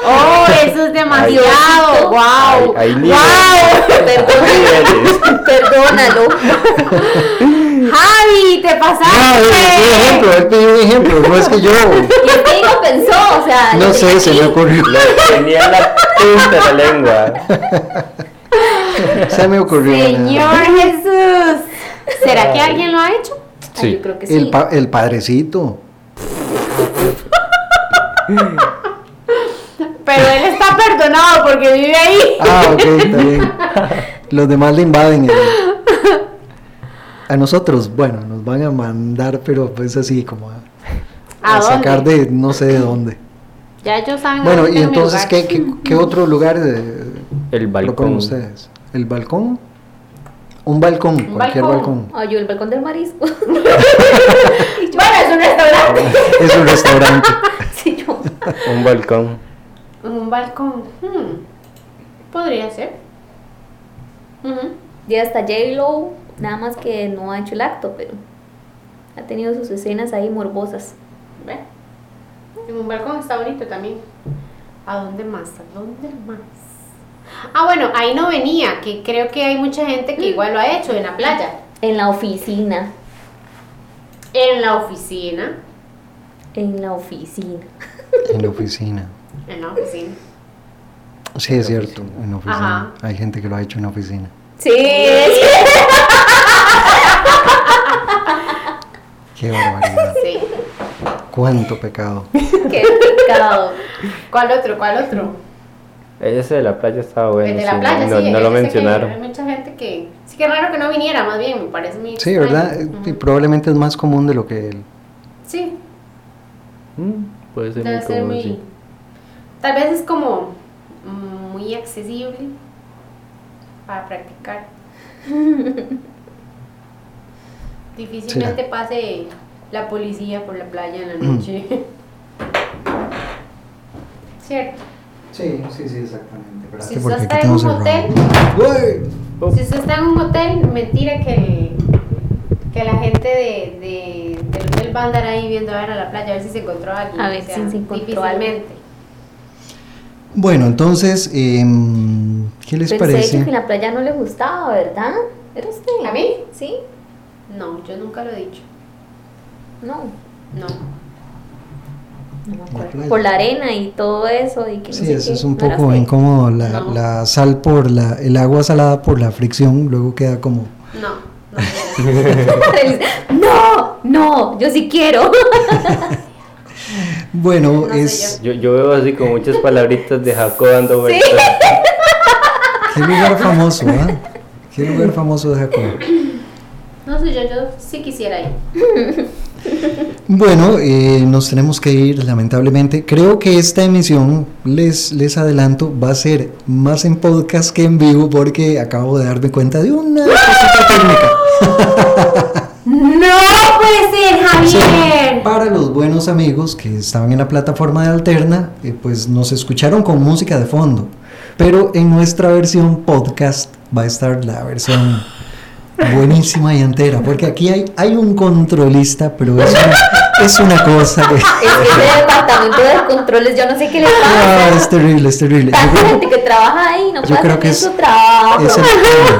[SPEAKER 4] Oh, eso es demasiado.
[SPEAKER 5] Diosito.
[SPEAKER 4] Wow.
[SPEAKER 6] Hay- hay niveles.
[SPEAKER 5] Perdónalo.
[SPEAKER 6] Niveles.
[SPEAKER 5] Perdónalo.
[SPEAKER 4] Javi,
[SPEAKER 3] Ah,
[SPEAKER 4] te
[SPEAKER 3] él pidió un
[SPEAKER 4] pasaste.
[SPEAKER 3] ejemplo, él pidió un ejemplo, no es que yo...
[SPEAKER 5] Y el que lo pensó, o sea.
[SPEAKER 3] No
[SPEAKER 5] yo
[SPEAKER 3] sé,
[SPEAKER 5] dije,
[SPEAKER 3] se me
[SPEAKER 5] "Sí".
[SPEAKER 3] ocurrió.
[SPEAKER 6] Tenía la punta de la lengua.
[SPEAKER 3] Se me ocurrió. nada.
[SPEAKER 4] Señor Jesús. ¿Será que alguien lo ha hecho?
[SPEAKER 5] Ay,
[SPEAKER 6] Sí.
[SPEAKER 5] Yo creo que sí.
[SPEAKER 3] El, pa- el padrecito.
[SPEAKER 4] Pero él está perdonado porque vive ahí.
[SPEAKER 3] Ah, ok, está bien. Los demás le invaden. el- A nosotros, bueno, nos van a mandar, pero pues así como a,
[SPEAKER 4] ¿A
[SPEAKER 3] a
[SPEAKER 4] dónde?
[SPEAKER 3] sacar de no sé de dónde.
[SPEAKER 4] Ya ellos saben.
[SPEAKER 3] Bueno,
[SPEAKER 4] dónde
[SPEAKER 3] y
[SPEAKER 4] es mi
[SPEAKER 3] entonces,
[SPEAKER 4] lugar.
[SPEAKER 3] ¿qué, qué, qué otro lugar eh, proponen
[SPEAKER 6] El balcón.
[SPEAKER 3] ustedes? ¿El balcón? Un balcón, cualquier
[SPEAKER 4] balcón.
[SPEAKER 3] balcón.
[SPEAKER 5] Ay, Oh, yo el balcón del marisco.
[SPEAKER 4] Bueno, es un restaurante.
[SPEAKER 3] Es un restaurante.
[SPEAKER 5] sí, yo.
[SPEAKER 6] Un balcón.
[SPEAKER 4] Un balcón. hmm, Podría ser. Ujú.
[SPEAKER 5] Ya está J-Lo, nada más que no ha hecho el acto, pero ha tenido sus escenas ahí morbosas.
[SPEAKER 4] Ve. En un balcón está bonito también. ¿A dónde más? ¿A dónde más? Ah, bueno, ahí no venía, que creo que hay mucha gente que igual lo ha hecho en la playa.
[SPEAKER 5] En la oficina.
[SPEAKER 4] En la oficina.
[SPEAKER 5] En la oficina.
[SPEAKER 3] En la oficina.
[SPEAKER 4] En la oficina.
[SPEAKER 3] Sí, es cierto, en la oficina.
[SPEAKER 4] Ajá.
[SPEAKER 3] Hay gente que lo ha hecho en la oficina.
[SPEAKER 5] Sí, es
[SPEAKER 3] Qué barbaridad.
[SPEAKER 4] Sí.
[SPEAKER 3] Cuánto pecado.
[SPEAKER 5] qué pecado.
[SPEAKER 4] ¿Cuál otro? ¿Cuál otro?
[SPEAKER 6] Ese de la playa estaba bueno.
[SPEAKER 4] El de la
[SPEAKER 6] sí,
[SPEAKER 4] playa,
[SPEAKER 6] no,
[SPEAKER 4] sí.
[SPEAKER 6] no
[SPEAKER 4] yo
[SPEAKER 6] lo
[SPEAKER 4] sé que
[SPEAKER 6] mencionaron.
[SPEAKER 4] Hay mucha gente que. Sí, que raro que no viniera, más bien, me parece muy.
[SPEAKER 3] Sí,
[SPEAKER 4] extraño.
[SPEAKER 3] ¿verdad? Eh, Y
[SPEAKER 4] Ujú.
[SPEAKER 3] probablemente es más común de lo que el-
[SPEAKER 4] Sí,
[SPEAKER 6] Mm, Puede ser
[SPEAKER 4] debe
[SPEAKER 6] muy
[SPEAKER 4] ser
[SPEAKER 6] común,
[SPEAKER 4] muy.
[SPEAKER 6] sí.
[SPEAKER 4] Tal vez es como mm, muy accesible para practicar. Difícilmente pase la policía por la playa en la noche. Cierto.
[SPEAKER 3] Sí, sí, sí, exactamente.
[SPEAKER 4] Si usted está en un hotel, si usted está en un hotel, mentira que, el- que la gente de, de- del hotel va a andar ahí viendo a ver a la playa, a ver si se encontró a alguien.
[SPEAKER 5] A ver si se encontró a alguien.
[SPEAKER 4] difícilmente.
[SPEAKER 3] Bueno, entonces, em, ¿qué les
[SPEAKER 5] Pensé que
[SPEAKER 3] parece?
[SPEAKER 5] en la playa no le gustaba, ¿verdad? ¿Era usted?
[SPEAKER 4] ¿A mí?
[SPEAKER 5] Sí,
[SPEAKER 4] No, yo nunca lo he dicho.
[SPEAKER 5] no.
[SPEAKER 4] No.
[SPEAKER 5] No me
[SPEAKER 3] La playa.
[SPEAKER 5] acuerdo. Por la arena y todo eso. Y que no
[SPEAKER 3] Sí,
[SPEAKER 5] sé
[SPEAKER 3] eso
[SPEAKER 5] qué,
[SPEAKER 3] es un
[SPEAKER 5] no era
[SPEAKER 3] poco
[SPEAKER 5] usted.
[SPEAKER 3] incómodo. La,
[SPEAKER 4] No.
[SPEAKER 3] la sal por la, el agua salada por la fricción, luego queda como.
[SPEAKER 4] No. no.
[SPEAKER 5] no, no, yo sí quiero.
[SPEAKER 3] Bueno,
[SPEAKER 4] No sé
[SPEAKER 3] es.
[SPEAKER 6] Yo, yo veo así con muchas palabritas de Jacob dando vueltas.
[SPEAKER 3] Qué lugar famoso, ¿ah? Qué lugar famoso de Jacob.
[SPEAKER 4] No sé, yo, yo sí quisiera ir.
[SPEAKER 3] Bueno, eh, nos tenemos que ir, lamentablemente. Creo que esta emisión, les, les adelanto, va a ser más en podcast que en vivo porque acabo de darme cuenta de una cosita técnica.
[SPEAKER 4] ¡No puede ser,
[SPEAKER 3] Sí,
[SPEAKER 4] Javier!
[SPEAKER 3] Para los buenos amigos que estaban en la plataforma de Alterna, eh, pues nos escucharon con música de fondo. Pero en nuestra versión podcast va a estar la versión buenísima y entera, porque aquí hay, hay un controlista, pero es una, es una cosa que...
[SPEAKER 5] Es que ese departamento de controles, yo no sé qué le
[SPEAKER 3] Ah,
[SPEAKER 5] pasa.
[SPEAKER 3] es terrible, es terrible. Yo
[SPEAKER 5] Tanta
[SPEAKER 3] creo-
[SPEAKER 5] gente que trabaja ahí, no
[SPEAKER 3] yo
[SPEAKER 5] puede
[SPEAKER 3] creo
[SPEAKER 5] hacer
[SPEAKER 3] que
[SPEAKER 5] bien
[SPEAKER 3] es-
[SPEAKER 5] su trabajo.
[SPEAKER 3] es el tema.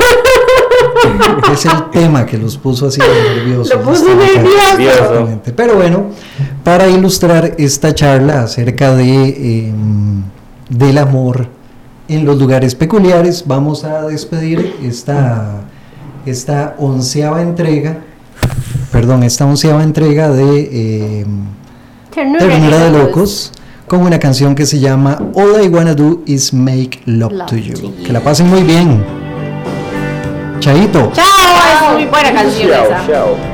[SPEAKER 3] Es el tema que los puso así de nerviosos.
[SPEAKER 4] Lo puso
[SPEAKER 3] Esta mujer.
[SPEAKER 4] nervioso.
[SPEAKER 3] Exactamente. Pero bueno, para ilustrar esta charla acerca de eh, del amor en los lugares peculiares, vamos a despedir esta esta onceava entrega, perdón, esta onceava entrega de eh, Ternura de
[SPEAKER 4] pues,
[SPEAKER 3] Locos con una canción que se llama All I Wanna Do Is Make Love, to, you. Que la pasen muy bien. Chaito.
[SPEAKER 4] ¡Chao! Es muy buena canción
[SPEAKER 2] Chao,
[SPEAKER 4] esa.
[SPEAKER 2] chao.